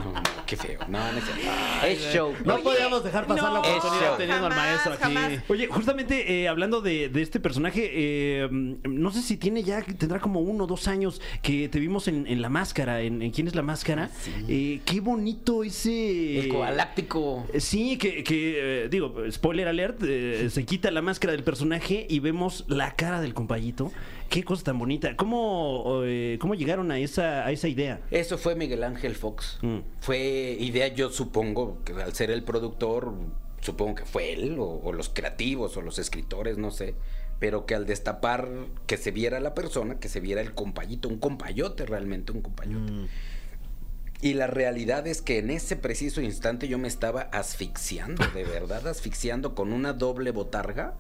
[SPEAKER 7] No, no, qué feo. No, no es cierto. Es show.
[SPEAKER 3] No pues,
[SPEAKER 2] Oye,
[SPEAKER 3] podíamos dejar pasar la
[SPEAKER 2] no,
[SPEAKER 3] oportunidad
[SPEAKER 7] Eso.
[SPEAKER 3] teniendo al
[SPEAKER 2] jamás,
[SPEAKER 3] maestro aquí.
[SPEAKER 2] jamás.
[SPEAKER 5] Oye, justamente eh, hablando de, de este personaje, eh, no sé si tiene ya, tendrá como uno o dos años que te vimos en, en La Máscara, en, en ¿Quién es la Máscara? Eh, qué bonito ese...
[SPEAKER 7] El galáctico.
[SPEAKER 5] Eh, Sí, que, que, eh, digo, spoiler alert, eh, se quita la máscara del personaje y vemos la cara del compañito. Qué cosa tan bonita. ¿Cómo, eh, cómo llegaron a esa, a esa idea?
[SPEAKER 7] Eso fue Miguel Ángel Fox.
[SPEAKER 5] Mm.
[SPEAKER 7] Fue idea, yo supongo, que al ser el productor, supongo que fue él, o, o los creativos, o los escritores, no sé. Pero que al destapar, que se viera la persona, que se viera el compayito, un compayote realmente, un compayote. Y la realidad es que en ese preciso instante yo me estaba asfixiando, de verdad, asfixiando con una doble botarga.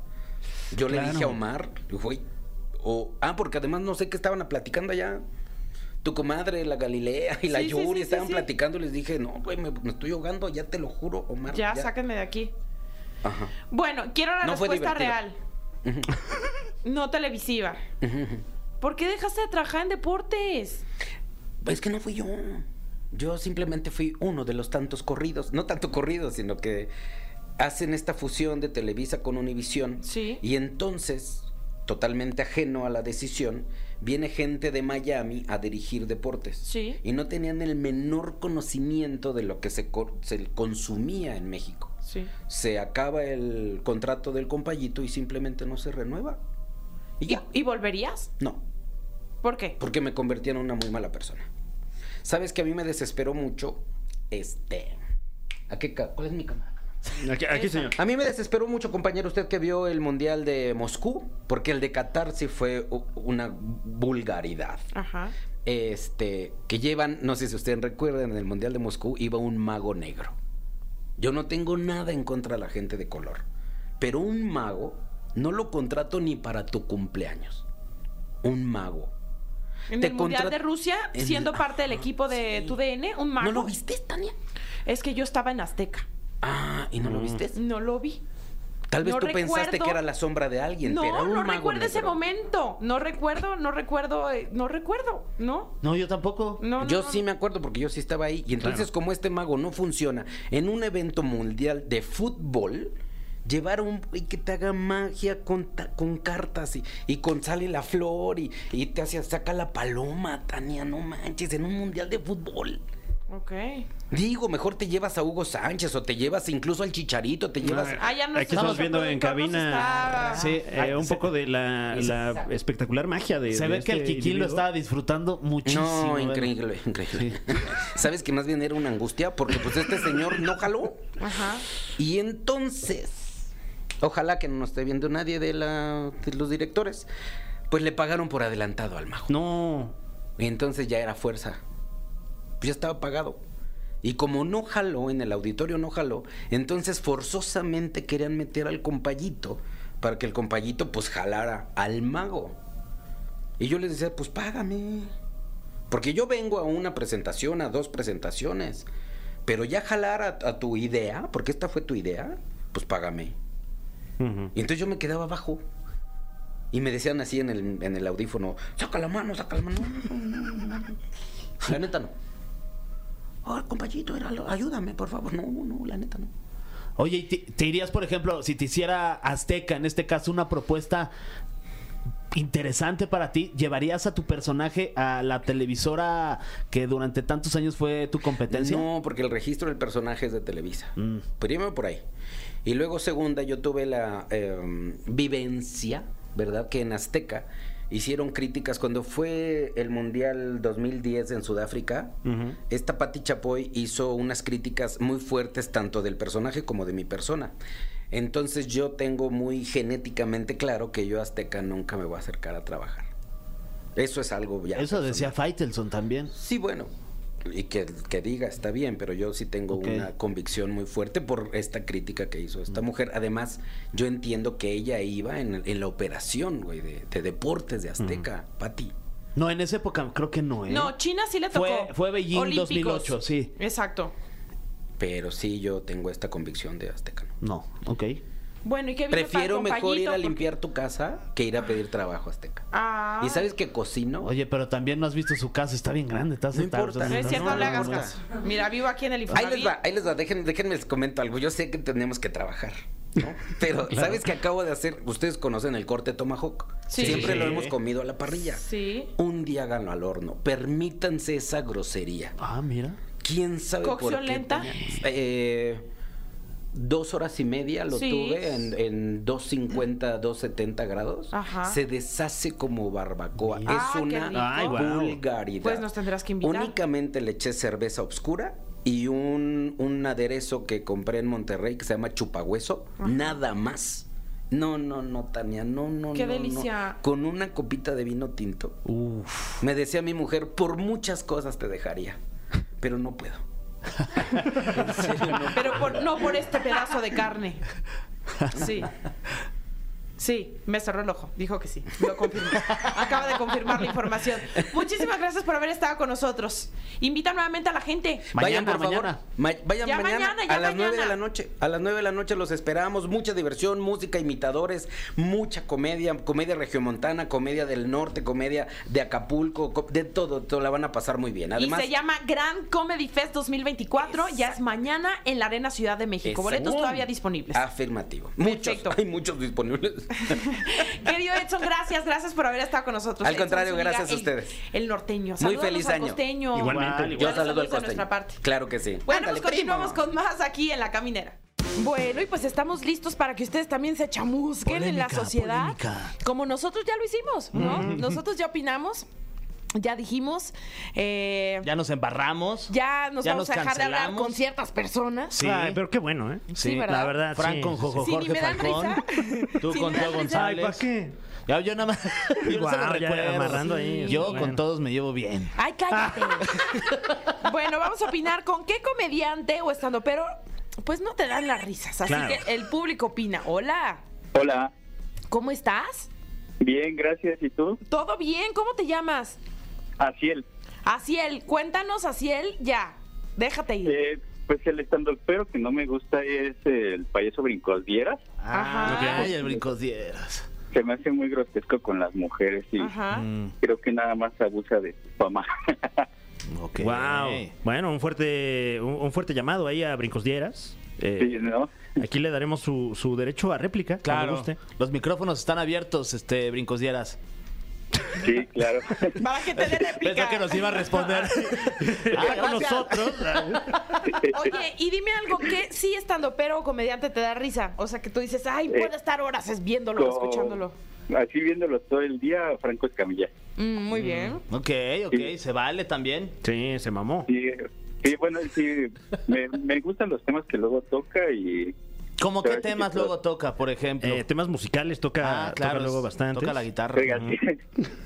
[SPEAKER 7] Yo le dije a Omar, güey, o, ah, porque además no sé qué estaban platicando allá. Tu comadre, la Galilea y la
[SPEAKER 2] Sí, sí,
[SPEAKER 7] Yuri
[SPEAKER 2] sí, sí,
[SPEAKER 7] estaban
[SPEAKER 2] sí.
[SPEAKER 7] platicando y les dije, no, güey, me, me estoy ahogando, ya te lo juro, Omar.
[SPEAKER 2] Ya, sáquenme de aquí.
[SPEAKER 7] Ajá.
[SPEAKER 2] Bueno, quiero la
[SPEAKER 7] No fue
[SPEAKER 2] respuesta real.
[SPEAKER 7] divertido.
[SPEAKER 2] no televisiva. ¿Por qué dejaste de trabajar en deportes?
[SPEAKER 7] Es que no fui yo. Yo simplemente fui uno de los tantos corridos. No tanto corridos, sino que hacen esta fusión de Televisa con Univisión.
[SPEAKER 2] Sí.
[SPEAKER 7] Y entonces, totalmente ajeno a la decisión, viene gente de Miami a dirigir deportes.
[SPEAKER 2] Sí.
[SPEAKER 7] Y no tenían el menor conocimiento de lo que se, co- se consumía en México.
[SPEAKER 2] Sí.
[SPEAKER 7] Se acaba el contrato del compayito y simplemente no se renueva. Y
[SPEAKER 2] ¿Y,
[SPEAKER 7] ya. Pues,
[SPEAKER 2] y volverías?
[SPEAKER 7] No,
[SPEAKER 2] ¿Por qué?
[SPEAKER 7] porque me convertí en una muy mala persona. Sabes que a mí me desesperó mucho este. ¿A qué ca- ¿Cuál es mi cámara?
[SPEAKER 5] Aquí, aquí, señor.
[SPEAKER 7] A mí me desesperó mucho, compañero, usted que vio el Mundial de Moscú, porque el de Qatar sí fue u- una vulgaridad.
[SPEAKER 2] Ajá.
[SPEAKER 7] Este, que llevan, no sé si ustedes recuerdan, en el Mundial de Moscú iba un mago negro. Yo no tengo nada en contra de la gente de color, pero un mago no lo contrato ni para tu cumpleaños. Un mago.
[SPEAKER 2] En
[SPEAKER 7] Te
[SPEAKER 2] el Mundial
[SPEAKER 7] contra-
[SPEAKER 2] de Rusia,
[SPEAKER 7] en- Ah,
[SPEAKER 2] siendo parte del equipo de
[SPEAKER 7] Sí.
[SPEAKER 2] tu DN, un mago.
[SPEAKER 7] ¿No lo viste, Tania?
[SPEAKER 2] Es que yo estaba en Azteca.
[SPEAKER 7] Ah, ¿y no lo viste?
[SPEAKER 2] No lo vi.
[SPEAKER 7] Tal vez
[SPEAKER 2] No
[SPEAKER 7] tú pensaste
[SPEAKER 2] recuerdo.
[SPEAKER 7] que era la sombra de alguien,
[SPEAKER 2] No,
[SPEAKER 7] pero era un
[SPEAKER 2] no
[SPEAKER 7] mago
[SPEAKER 2] recuerdo ese
[SPEAKER 7] negro.
[SPEAKER 2] momento. No recuerdo, no recuerdo, eh, no recuerdo, ¿no?
[SPEAKER 3] No, yo tampoco.
[SPEAKER 2] No, no,
[SPEAKER 7] yo
[SPEAKER 2] no,
[SPEAKER 7] sí me acuerdo porque yo sí estaba ahí. Y entonces, como este mago no funciona en un evento mundial de fútbol, llevar a un güey que te haga magia con, ta- con cartas y, y con sale la flor y, y te hace, saca la paloma, Tania, no manches, en un mundial de fútbol.
[SPEAKER 2] Ok.
[SPEAKER 7] Digo, mejor te llevas a Hugo Sánchez o te llevas incluso al Chicharito, te llevas...
[SPEAKER 2] Ah, ya no
[SPEAKER 5] aquí estamos
[SPEAKER 2] nuestro
[SPEAKER 5] viendo en
[SPEAKER 2] productor nos
[SPEAKER 5] cabina
[SPEAKER 2] está-
[SPEAKER 5] sí, eh,
[SPEAKER 3] Ay,
[SPEAKER 5] un
[SPEAKER 3] Ah. se-
[SPEAKER 5] poco de la, la espectacular magia de.
[SPEAKER 3] Se
[SPEAKER 5] de
[SPEAKER 3] ve que el Kikín
[SPEAKER 5] este
[SPEAKER 3] lo
[SPEAKER 5] individuo.
[SPEAKER 3] estaba disfrutando muchísimo. ¿eh?
[SPEAKER 7] No,
[SPEAKER 3] ¿verdad?
[SPEAKER 7] increíble, increíble. Sabes que más bien era una angustia porque pues este señor no jaló.
[SPEAKER 2] Ajá.
[SPEAKER 7] Y entonces, ojalá que no nos esté viendo nadie de, la, de los directores, pues le pagaron por adelantado al mago.
[SPEAKER 5] No.
[SPEAKER 7] Y entonces ya era fuerza. Pues ya estaba pagado. Y como no jaló, en el auditorio no jaló, entonces forzosamente querían meter al compayito para que el compayito pues jalara al mago. Y yo les decía, pues págame. Porque yo vengo a una presentación, a dos presentaciones. Pero ya jalar a, a tu idea, porque esta fue tu idea, pues págame.
[SPEAKER 5] Ujú.
[SPEAKER 7] Y entonces yo me quedaba abajo. Y me decían así en el, en el audífono, saca la mano, saca la mano. La neta no. Ah, compañito, era lo- ayúdame, por favor. No, no, la neta no.
[SPEAKER 3] Oye, ¿y te, te irías, por ejemplo, si te hiciera Azteca, en este caso, una propuesta interesante para ti, ¿llevarías a tu personaje a la televisora que durante tantos años fue tu competencia? Mm.
[SPEAKER 7] No, porque el registro del personaje es de Televisa. Primero por ahí. Y luego, segunda, yo tuve la eh, vivencia, ¿verdad? Que en Azteca hicieron críticas cuando fue el Mundial 2010 en Sudáfrica. Esta Patti Chapoy hizo unas críticas muy fuertes tanto del personaje como de mi persona. Entonces yo tengo muy genéticamente claro que yo a Azteca nunca me voy a acercar a trabajar. Eso es algo ya.
[SPEAKER 3] Eso
[SPEAKER 7] personal.
[SPEAKER 3] decía Faitelson también.
[SPEAKER 7] Sí, bueno. Y que, que diga, está bien, pero yo sí tengo
[SPEAKER 3] Ok.
[SPEAKER 7] una convicción muy fuerte por esta crítica que hizo esta mujer. Además, yo entiendo que ella iba en, en la operación, güey, de, de deportes de Azteca, Pati.
[SPEAKER 3] No, en esa época creo que no, ¿eh?
[SPEAKER 2] No, China sí le tocó.
[SPEAKER 3] Fue- fue Beijing 2008, sí.
[SPEAKER 2] Exacto.
[SPEAKER 7] Pero sí, yo tengo esta convicción de Azteca. ¿no?
[SPEAKER 3] No, ok.
[SPEAKER 2] Bueno, ¿y qué vino para el
[SPEAKER 7] Prefiero mejor ir
[SPEAKER 2] compayito?
[SPEAKER 7] a
[SPEAKER 2] Porque-
[SPEAKER 7] limpiar tu casa que ir a pedir trabajo a Azteca.
[SPEAKER 2] Ah.
[SPEAKER 7] ¿Y sabes que cocino?
[SPEAKER 3] Oye, pero también no has visto su casa, está bien grande, está
[SPEAKER 7] No importa.
[SPEAKER 2] No Ah, es cierto, no, le hagas
[SPEAKER 7] no, no.
[SPEAKER 2] caso. Mira, vivo aquí en el
[SPEAKER 7] Ahí
[SPEAKER 2] Infonavit.
[SPEAKER 7] les va, ahí les va, déjenme, déjenme les comento algo. Yo sé que tenemos que trabajar, ¿no? Pero, ¿sabes qué acabo de hacer? Ustedes conocen el corte Tomahawk.
[SPEAKER 2] Sí.
[SPEAKER 7] Siempre lo
[SPEAKER 2] Sí.
[SPEAKER 7] hemos comido a la parrilla.
[SPEAKER 2] Sí.
[SPEAKER 7] Un día háganlo al horno. Permítanse esa grosería.
[SPEAKER 3] Ah, mira.
[SPEAKER 7] ¿Quién sabe por
[SPEAKER 2] ¿Cocción
[SPEAKER 7] qué?
[SPEAKER 2] lenta?
[SPEAKER 7] Eh, dos horas y media lo
[SPEAKER 2] Sí.
[SPEAKER 7] tuve en, en 250, 270 grados.
[SPEAKER 2] Ajá.
[SPEAKER 7] Se deshace como barbacoa.
[SPEAKER 2] Mira. Ah,
[SPEAKER 7] es
[SPEAKER 2] qué
[SPEAKER 7] una
[SPEAKER 2] rico. Ay,
[SPEAKER 3] guau.
[SPEAKER 7] vulgaridad.
[SPEAKER 2] Pues nos tendrás que invitar.
[SPEAKER 7] Únicamente le eché cerveza oscura y un, un aderezo que compré en Monterrey que se llama chupahueso. Nada más. No, no, no, Tania, no, no,
[SPEAKER 2] Qué
[SPEAKER 7] no, no.
[SPEAKER 2] delicia.
[SPEAKER 7] Con una copita de vino tinto. Me decía mi mujer, por muchas cosas te dejaría, pero no puedo. En serio, no.
[SPEAKER 2] Pero por- no por este pedazo de carne. Sí. Sí, me cerró el ojo. Dijo que sí. Lo confirmó. Acaba de confirmar la información. Muchísimas gracias por haber estado con nosotros. Invita nuevamente a la gente.
[SPEAKER 7] Vayan,
[SPEAKER 3] Mañana,
[SPEAKER 7] por favor.
[SPEAKER 3] mañana.
[SPEAKER 7] Ma- vayan
[SPEAKER 2] Ya
[SPEAKER 7] mañana,
[SPEAKER 2] mañana, ya
[SPEAKER 7] a las nueve de
[SPEAKER 2] mañana.
[SPEAKER 7] la noche. A las 9 de la noche los esperamos. Mucha diversión, música, imitadores, mucha comedia, comedia regiomontana, comedia del norte, comedia de Acapulco, co- de todo, todo la van a pasar muy bien. Además,
[SPEAKER 2] y se llama Grand Comedy Fest 2024. Ya es mañana en la Arena Ciudad de México.
[SPEAKER 7] Exacto. Ah.
[SPEAKER 2] Boletos todavía disponibles.
[SPEAKER 7] afirmativo. Muchos,
[SPEAKER 2] Perfecto.
[SPEAKER 7] hay muchos disponibles.
[SPEAKER 2] Querido Edson, gracias, gracias por haber estado con nosotros.
[SPEAKER 7] Al
[SPEAKER 2] Edson
[SPEAKER 7] contrario,
[SPEAKER 2] Zúñiga,
[SPEAKER 7] gracias a
[SPEAKER 2] el-
[SPEAKER 7] ustedes.
[SPEAKER 2] El norteño.
[SPEAKER 7] Muy
[SPEAKER 2] Salúdanos
[SPEAKER 7] feliz
[SPEAKER 2] al
[SPEAKER 7] año.
[SPEAKER 2] costeño.
[SPEAKER 5] Igualmente.
[SPEAKER 2] Igual,
[SPEAKER 7] Yo saludo al
[SPEAKER 2] saludos de nuestra
[SPEAKER 7] costeño.
[SPEAKER 2] parte.
[SPEAKER 7] Claro que sí.
[SPEAKER 2] Bueno,
[SPEAKER 7] Ándale,
[SPEAKER 2] pues continuamos
[SPEAKER 7] primo.
[SPEAKER 2] con más aquí en La Caminera. Bueno, y pues estamos listos para que ustedes también se chamusquen en la
[SPEAKER 6] Polémica,
[SPEAKER 2] sociedad.
[SPEAKER 6] polémica.
[SPEAKER 2] Como nosotros ya lo hicimos, ¿no? Nosotros ya opinamos, ya dijimos, eh, ya,
[SPEAKER 3] Ya nos embarramos.
[SPEAKER 2] nos
[SPEAKER 3] ya
[SPEAKER 2] vamos
[SPEAKER 3] nos
[SPEAKER 2] a dejar de hablar
[SPEAKER 3] cancelamos.
[SPEAKER 2] con ciertas personas.
[SPEAKER 3] Sí.
[SPEAKER 5] Ay, pero qué bueno, ¿eh?
[SPEAKER 2] Sí, ¿verdad?
[SPEAKER 5] La verdad,
[SPEAKER 3] Fran
[SPEAKER 5] sí.
[SPEAKER 3] con Jojo
[SPEAKER 2] Sí, ni
[SPEAKER 3] Jorge
[SPEAKER 2] me dan
[SPEAKER 3] Falcón.
[SPEAKER 2] risa.
[SPEAKER 3] Tú
[SPEAKER 2] Sí,
[SPEAKER 3] con
[SPEAKER 2] me dan risa.
[SPEAKER 3] Teo González.
[SPEAKER 5] Ay, ¿para qué?
[SPEAKER 3] Ya, yo nada más. Yo no se
[SPEAKER 5] Guau,
[SPEAKER 3] los
[SPEAKER 5] ya
[SPEAKER 3] recuerdo.
[SPEAKER 5] amarrando ahí.
[SPEAKER 3] Yo
[SPEAKER 5] Bueno.
[SPEAKER 3] con todos me llevo bien.
[SPEAKER 2] Ay, cállate. bueno, vamos a opinar con qué comediante o estando, pero pues no te dan las risas. Así
[SPEAKER 5] Claro.
[SPEAKER 2] que el público opina. Hola,
[SPEAKER 8] Hola,
[SPEAKER 2] ¿cómo estás?
[SPEAKER 8] bien, gracias. ¿Y tú?
[SPEAKER 2] ¿Todo bien? ¿Cómo te llamas?
[SPEAKER 8] Asiel.
[SPEAKER 2] Asiel, cuéntanos, Asiel, ya. Déjate ir.
[SPEAKER 8] Eh, pues el estandopero que no me gusta es el payaso brincos dieras.
[SPEAKER 2] Ajá.
[SPEAKER 3] Ay, el brincos dieras.
[SPEAKER 8] Se me hace muy grotesco con las mujeres y
[SPEAKER 2] Ajá.
[SPEAKER 3] Mm.
[SPEAKER 8] creo que nada más abusa de su fama.
[SPEAKER 3] Ok.
[SPEAKER 5] Wow. Bueno, un fuerte, un, un fuerte llamado ahí a Brincos Dieras. Eh,
[SPEAKER 8] Sí, ¿no?
[SPEAKER 5] Aquí le daremos su, su derecho a réplica. Claro.
[SPEAKER 3] Claro. Los micrófonos están abiertos, este, brincos dieras.
[SPEAKER 8] Sí, claro.
[SPEAKER 2] Para que te dé
[SPEAKER 3] Pensé
[SPEAKER 2] réplica.
[SPEAKER 3] que nos iba a responder.
[SPEAKER 5] Ah,
[SPEAKER 3] Ah,
[SPEAKER 5] con
[SPEAKER 3] gracias.
[SPEAKER 5] nosotros.
[SPEAKER 2] Oye, y dime algo que sí estando pero o comediante te da risa. O sea, que tú dices, ay, puedo estar horas es viéndolo,
[SPEAKER 8] Con-
[SPEAKER 2] escuchándolo.
[SPEAKER 8] Así viéndolo todo el día, Franco Escamilla.
[SPEAKER 2] Mm, muy bien.
[SPEAKER 3] Ok, ok, se vale también.
[SPEAKER 5] Sí, se mamó.
[SPEAKER 8] Sí, sí, bueno, sí, me, me gustan los temas que luego toca y
[SPEAKER 3] ¿Cómo qué
[SPEAKER 8] Pero sí,
[SPEAKER 3] temas
[SPEAKER 8] claro.
[SPEAKER 3] luego toca, por ejemplo?
[SPEAKER 5] Eh, temas musicales toca,
[SPEAKER 3] ah, claro.
[SPEAKER 5] toca luego bastante.
[SPEAKER 3] Toca la guitarra.
[SPEAKER 8] Oiga,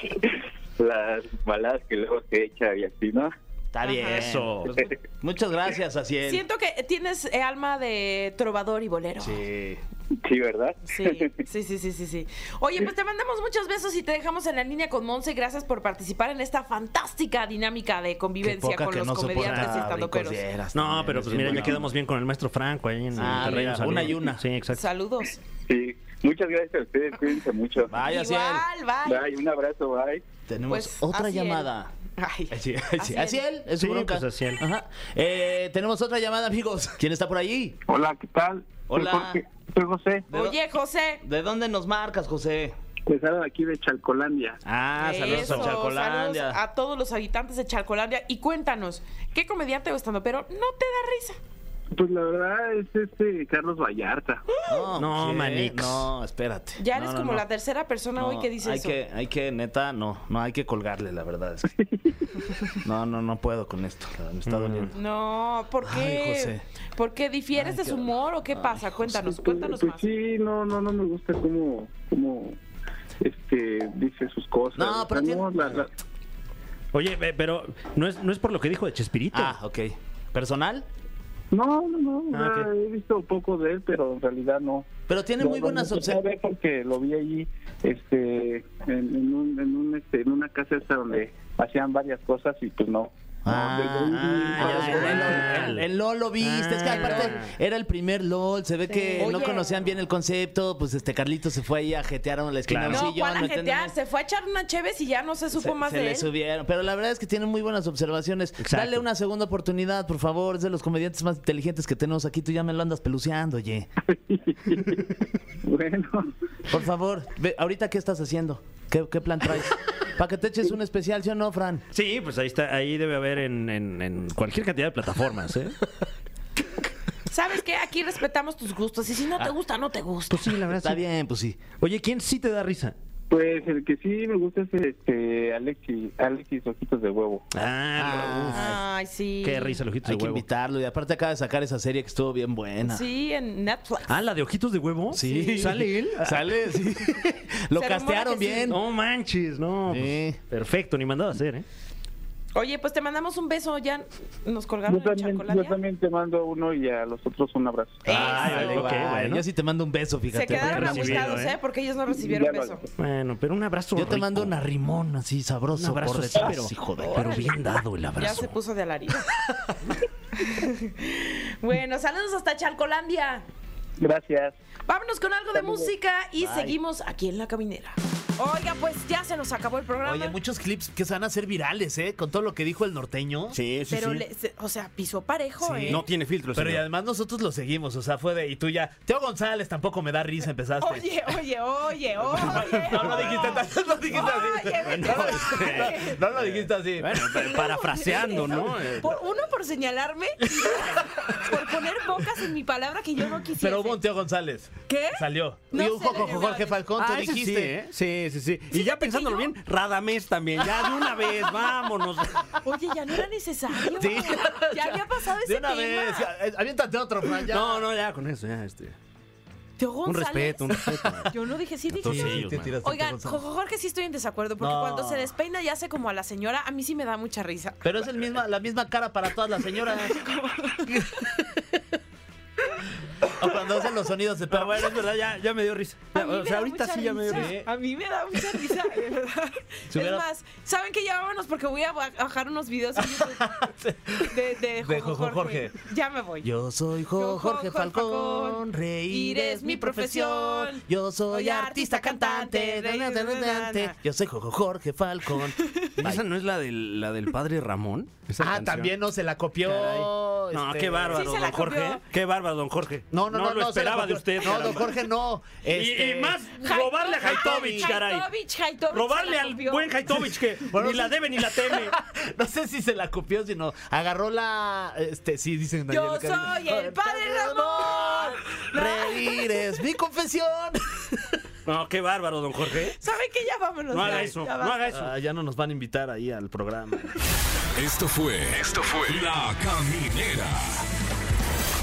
[SPEAKER 8] sí. las baladas que luego se echa y así, ¿no?
[SPEAKER 3] Está bien.
[SPEAKER 5] Eso.
[SPEAKER 3] Pues, muchas gracias, Asiel.
[SPEAKER 2] Siento que tienes eh, alma de trovador y bolero.
[SPEAKER 3] Sí.
[SPEAKER 8] Sí, ¿verdad?
[SPEAKER 2] Sí, sí, sí, sí, sí, sí. Oye, pues te mandamos muchos besos y te dejamos en la línea con Monse. Gracias por participar en esta fantástica dinámica de
[SPEAKER 3] Qué
[SPEAKER 2] convivencia
[SPEAKER 3] poca
[SPEAKER 2] con
[SPEAKER 3] que
[SPEAKER 2] los
[SPEAKER 3] no
[SPEAKER 2] comediantes y
[SPEAKER 3] soporta
[SPEAKER 2] estando
[SPEAKER 3] brincos
[SPEAKER 2] peros.
[SPEAKER 3] dieras.
[SPEAKER 5] No,
[SPEAKER 3] también,
[SPEAKER 5] pero
[SPEAKER 3] es
[SPEAKER 5] pues
[SPEAKER 3] bien
[SPEAKER 5] mira, ya
[SPEAKER 3] bueno.
[SPEAKER 5] quedamos bien con el maestro Franco ahí en
[SPEAKER 3] Ah,
[SPEAKER 5] Monterrey,
[SPEAKER 3] mira,
[SPEAKER 5] un saludo.
[SPEAKER 3] una y una.
[SPEAKER 5] Sí, exacto.
[SPEAKER 2] Saludos.
[SPEAKER 8] Sí, muchas gracias a ustedes, cuídense mucho.
[SPEAKER 3] Vaya, Asiel.
[SPEAKER 2] Igual, bye.
[SPEAKER 8] Bye, un abrazo, bye.
[SPEAKER 3] Tenemos
[SPEAKER 2] Pues,
[SPEAKER 3] otra
[SPEAKER 2] Asiel.
[SPEAKER 3] llamada.
[SPEAKER 2] Ay.
[SPEAKER 3] Así,
[SPEAKER 2] Así
[SPEAKER 3] así,
[SPEAKER 2] es.
[SPEAKER 3] así él, es su
[SPEAKER 5] Sí,
[SPEAKER 3] bronca.
[SPEAKER 5] pues, así él.
[SPEAKER 3] Ajá. Eh, tenemos otra llamada, amigos. ¿Quién está por ahí?
[SPEAKER 9] Hola, ¿qué tal? Soy
[SPEAKER 3] Hola.
[SPEAKER 9] Jorge, soy José.
[SPEAKER 3] ¿De dó-
[SPEAKER 2] Oye, José.
[SPEAKER 3] ¿De dónde nos marcas, José?
[SPEAKER 9] Les hablo de aquí de Chalcolandia.
[SPEAKER 3] Ah, saludos
[SPEAKER 2] eso,
[SPEAKER 3] a
[SPEAKER 2] saludos
[SPEAKER 3] Chacolandia.
[SPEAKER 2] a todos los habitantes de Chalcolandia. Y cuéntanos, ¿qué comediante o estando pero no te da risa?
[SPEAKER 9] Pues la verdad es este Carlos Vallarta.
[SPEAKER 3] Ah,
[SPEAKER 5] No,
[SPEAKER 3] ¿qué?
[SPEAKER 5] Manix.
[SPEAKER 3] No, espérate.
[SPEAKER 2] Ya
[SPEAKER 3] No,
[SPEAKER 2] eres
[SPEAKER 3] no,
[SPEAKER 2] como
[SPEAKER 3] no.
[SPEAKER 2] la tercera persona hoy
[SPEAKER 3] No,
[SPEAKER 2] que dice
[SPEAKER 3] hay
[SPEAKER 2] eso.
[SPEAKER 3] Que, hay que, neta, no, no hay que colgarle, la verdad. es que- No, no, no puedo con esto, la verdad, me
[SPEAKER 9] Mm.
[SPEAKER 3] está doliendo.
[SPEAKER 2] No, ¿por qué?
[SPEAKER 3] Ay, José.
[SPEAKER 2] ¿Por qué difieres de su humor o qué pasa? Cuéntanos, cuéntanos
[SPEAKER 9] pues
[SPEAKER 2] más.
[SPEAKER 9] sí, no, no, no me gusta cómo, cómo este, dice sus cosas.
[SPEAKER 3] No, pero
[SPEAKER 9] no,
[SPEAKER 3] tiene-
[SPEAKER 9] la- la-
[SPEAKER 5] Oye, eh, pero no es, no es por lo que dijo de Chespirito.
[SPEAKER 3] Ah, ok. ¿Personal?
[SPEAKER 9] no, no, no, o
[SPEAKER 5] Ah,
[SPEAKER 9] sea,
[SPEAKER 5] ok.
[SPEAKER 9] he visto poco de él, pero en realidad no.
[SPEAKER 3] Pero tiene
[SPEAKER 9] No,
[SPEAKER 3] muy
[SPEAKER 9] no,
[SPEAKER 3] buenas
[SPEAKER 9] no,
[SPEAKER 3] observaciones.
[SPEAKER 9] no, porque lo vi allí este, en, en un, en, un, este, en una casa esa donde hacían varias cosas y pues no.
[SPEAKER 3] Ah,
[SPEAKER 9] No, desde ahí-
[SPEAKER 3] ah, ya sé.
[SPEAKER 5] Ah.
[SPEAKER 3] El- el, el LOL lo viste, es que
[SPEAKER 5] Ah.
[SPEAKER 3] aparte era el primer LOL, se ve que no
[SPEAKER 2] Oye.
[SPEAKER 3] conocían bien el concepto, pues este Carlito se fue ahí a jetear a la esquina.
[SPEAKER 5] Claro.
[SPEAKER 3] un
[SPEAKER 2] No,
[SPEAKER 3] sillón,
[SPEAKER 2] ¿cuál
[SPEAKER 3] ¿me entienden?
[SPEAKER 2] ajetear? Se fue a echar una chévez y ya no se supo
[SPEAKER 3] Se,
[SPEAKER 2] más
[SPEAKER 3] se
[SPEAKER 2] de
[SPEAKER 3] le
[SPEAKER 2] él.
[SPEAKER 3] subieron, pero la verdad es que tienen muy buenas observaciones.
[SPEAKER 5] Exacto.
[SPEAKER 3] Dale una segunda oportunidad, por favor. Es de los comediantes más inteligentes que tenemos aquí. Tú ya me lo andas peluceando, oye.
[SPEAKER 9] Bueno,
[SPEAKER 3] Por favor, ve, ahorita qué estás haciendo? ¿Qué, qué plan traes? Para que te eches un especial, ¿sí o no, Fran?
[SPEAKER 5] Sí, pues ahí está, ahí debe haber en, en- en cualquier cantidad de plataformas, ¿eh?
[SPEAKER 2] ¿Sabes qué? Aquí respetamos tus gustos y si
[SPEAKER 3] Ah.
[SPEAKER 2] no te gusta, no te gusta.
[SPEAKER 5] sí, la
[SPEAKER 3] Está bien, pues sí.
[SPEAKER 5] Oye, ¿quién sí te da risa?
[SPEAKER 9] Pues el que sí me gusta es este Alexis, Alexis Ojitos de Huevo.
[SPEAKER 5] Ah,
[SPEAKER 2] Ay, sí.
[SPEAKER 5] uf, qué risa, los ojitos
[SPEAKER 3] Hay
[SPEAKER 5] de
[SPEAKER 3] que
[SPEAKER 5] huevo.
[SPEAKER 3] invitarlo. Y aparte acaba de sacar esa serie que estuvo bien buena.
[SPEAKER 2] Sí, en Netflix.
[SPEAKER 5] Ah, la de ojitos de huevo.
[SPEAKER 3] Sí.
[SPEAKER 5] ¿Sale él?
[SPEAKER 3] Sale, sí. Lo
[SPEAKER 2] Se rumora
[SPEAKER 3] castearon
[SPEAKER 2] que sí.
[SPEAKER 3] bien.
[SPEAKER 5] No manches, no.
[SPEAKER 3] Sí.
[SPEAKER 5] pues, perfecto, ni mandado a hacer, ¿eh?
[SPEAKER 2] Oye, pues te mandamos un beso, ya nos colgaron
[SPEAKER 8] Yo
[SPEAKER 2] el
[SPEAKER 8] también, yo
[SPEAKER 2] chacolate.
[SPEAKER 8] también te mando uno y a los otros un abrazo.
[SPEAKER 3] Ah,
[SPEAKER 10] Ay, vale,
[SPEAKER 5] ok,
[SPEAKER 10] vale.
[SPEAKER 5] bueno.
[SPEAKER 10] Yo sí te mando un beso, fíjate.
[SPEAKER 2] Se quedaron
[SPEAKER 5] recibido,
[SPEAKER 2] agustados,
[SPEAKER 5] ¿eh?
[SPEAKER 2] ¿eh? Porque ellos no recibieron
[SPEAKER 8] Ya lo-
[SPEAKER 2] beso.
[SPEAKER 5] Bueno, pero un abrazo.
[SPEAKER 10] Yo te
[SPEAKER 5] rico.
[SPEAKER 10] mando un arrimón así sabroso
[SPEAKER 5] Un abrazo
[SPEAKER 10] por
[SPEAKER 5] así,
[SPEAKER 10] detrás,
[SPEAKER 5] pero-
[SPEAKER 10] hijo de...
[SPEAKER 5] Pero bien dado el
[SPEAKER 2] Ya
[SPEAKER 5] abrazo.
[SPEAKER 2] se puso de alarido. bueno, saludos hasta Chalcolandia.
[SPEAKER 8] Gracias.
[SPEAKER 2] Vámonos con algo de música y seguimos aquí en la caminera. Oiga, pues ya se nos acabó el programa.
[SPEAKER 3] Oye, muchos clips que se van a hacer virales, ¿eh? Con todo lo que dijo el norteño.
[SPEAKER 5] Sí, sí,
[SPEAKER 2] pero,
[SPEAKER 5] sí.
[SPEAKER 2] le- se- o sea, pisó parejo,
[SPEAKER 3] Sí.
[SPEAKER 2] ¿eh?
[SPEAKER 5] No tiene filtro.
[SPEAKER 3] Pero y
[SPEAKER 5] señor.
[SPEAKER 3] además nosotros lo seguimos, o sea, fue de. Y tú ya. Teo González tampoco me da risa, empezaste.
[SPEAKER 2] Oye, oye, oye, oye.
[SPEAKER 3] No lo dijiste tanto, no lo dijiste así.
[SPEAKER 2] Oye,
[SPEAKER 3] No lo- No lo dijiste así.
[SPEAKER 5] Bueno, pa- parafraseando, ¿no? Eh,
[SPEAKER 2] Por, uno por señalarme, por poner bocas en mi palabra que yo no quisiera.
[SPEAKER 3] Pero hubo un Teo González.
[SPEAKER 2] ¿Qué?
[SPEAKER 3] Salió.
[SPEAKER 2] No
[SPEAKER 3] y un
[SPEAKER 2] sé,
[SPEAKER 3] Joco-
[SPEAKER 2] de
[SPEAKER 3] Jorge
[SPEAKER 2] verdad.
[SPEAKER 3] Falcón, tú
[SPEAKER 5] ah, ese sí,
[SPEAKER 3] dijiste.
[SPEAKER 5] ¿eh? Sí, sí, sí. Y
[SPEAKER 2] Fíjate
[SPEAKER 5] ya
[SPEAKER 2] que
[SPEAKER 5] pensándolo
[SPEAKER 2] yo-
[SPEAKER 5] bien, Radamés también. Ya de una vez, vámonos.
[SPEAKER 2] Oye, ya no era necesario.
[SPEAKER 5] Sí.
[SPEAKER 2] Ya había pasado ese
[SPEAKER 3] De una
[SPEAKER 2] tema.
[SPEAKER 3] vez. ya, eh, Aviéntate otro, Fran. ya.
[SPEAKER 5] No, no, ya con eso, ya. Este.
[SPEAKER 2] Teo
[SPEAKER 5] Un
[SPEAKER 2] González.
[SPEAKER 5] respeto, un respeto.
[SPEAKER 2] Yo no dije sí, dije
[SPEAKER 5] Entonces,
[SPEAKER 2] sí.
[SPEAKER 5] ellos,
[SPEAKER 3] te
[SPEAKER 5] man.
[SPEAKER 3] tiraste a Teo
[SPEAKER 2] Oigan,
[SPEAKER 3] González.
[SPEAKER 2] Jojo Jorge sí estoy en desacuerdo porque
[SPEAKER 3] No.
[SPEAKER 2] cuando se despeina y hace como a la señora, a mí sí me da mucha risa.
[SPEAKER 3] Pero es el misma, la misma cara para todas las señoras. o cuando hacen los sonidos de perro.
[SPEAKER 5] Pero bueno, es verdad, ya, ya me dio risa.
[SPEAKER 2] A mí
[SPEAKER 5] o
[SPEAKER 2] me
[SPEAKER 5] sea,
[SPEAKER 2] da
[SPEAKER 5] ahorita
[SPEAKER 2] mucha
[SPEAKER 5] sí ya me dio
[SPEAKER 2] risa.
[SPEAKER 5] risa.
[SPEAKER 2] A mí me da mucha risa, de verdad.
[SPEAKER 3] Si hubiera-
[SPEAKER 2] Es más, ¿saben qué? Ya vámonos porque voy a ba- bajar unos videos en YouTube de, de,
[SPEAKER 3] De
[SPEAKER 2] Jojo
[SPEAKER 3] Jojo
[SPEAKER 2] Jorge. Ya me voy.
[SPEAKER 3] Yo soy
[SPEAKER 2] Yo,
[SPEAKER 3] Jo- Jorge
[SPEAKER 2] Jorge Falcón,
[SPEAKER 3] Falcón, reír es mi profesión. Yo soy
[SPEAKER 2] Soy artista,
[SPEAKER 3] artista cantante.
[SPEAKER 2] reír,
[SPEAKER 3] na, na, na, na, na. Yo soy Jo- Jo- Jorge Falcón.
[SPEAKER 5] ¿Esa no es la del, la del padre Ramón? Esa
[SPEAKER 3] Ah,
[SPEAKER 5] canción.
[SPEAKER 3] también no se la copió.
[SPEAKER 5] No,
[SPEAKER 3] este-
[SPEAKER 5] qué bárbaro,
[SPEAKER 2] Sí se la
[SPEAKER 5] don Jorge.
[SPEAKER 2] copió.
[SPEAKER 5] Qué bárbaro, don Jorge.
[SPEAKER 3] No, no, no, no
[SPEAKER 5] lo
[SPEAKER 3] se la
[SPEAKER 5] esperaba de
[SPEAKER 3] copió.
[SPEAKER 5] usted.
[SPEAKER 3] No,
[SPEAKER 5] caramba.
[SPEAKER 3] don Jorge, no.
[SPEAKER 5] Y- Y,
[SPEAKER 3] Este-
[SPEAKER 5] más, robarle a Haitovich, caray.
[SPEAKER 2] Haitovich, Haitovich se
[SPEAKER 5] Robarle
[SPEAKER 2] la
[SPEAKER 5] al
[SPEAKER 2] copió.
[SPEAKER 5] buen Haitovich que
[SPEAKER 3] Bueno,
[SPEAKER 5] ni la
[SPEAKER 3] sí.
[SPEAKER 5] debe ni la teme.
[SPEAKER 3] No sé si se la copió, sino agarró la. Este, sí, dicen.
[SPEAKER 2] Yo
[SPEAKER 3] Daniel Carrillo.
[SPEAKER 2] soy el padre Ramón.
[SPEAKER 3] Reír es mi confesión.
[SPEAKER 5] No, qué bárbaro, don Jorge.
[SPEAKER 2] ¿Saben qué? Ya vámonos.
[SPEAKER 5] No
[SPEAKER 2] ya,
[SPEAKER 5] haga eso, no
[SPEAKER 2] ya basta.
[SPEAKER 5] haga eso.
[SPEAKER 3] ya no nos van a invitar ahí al programa.
[SPEAKER 1] Esto fue. Esto fue. La Caminera.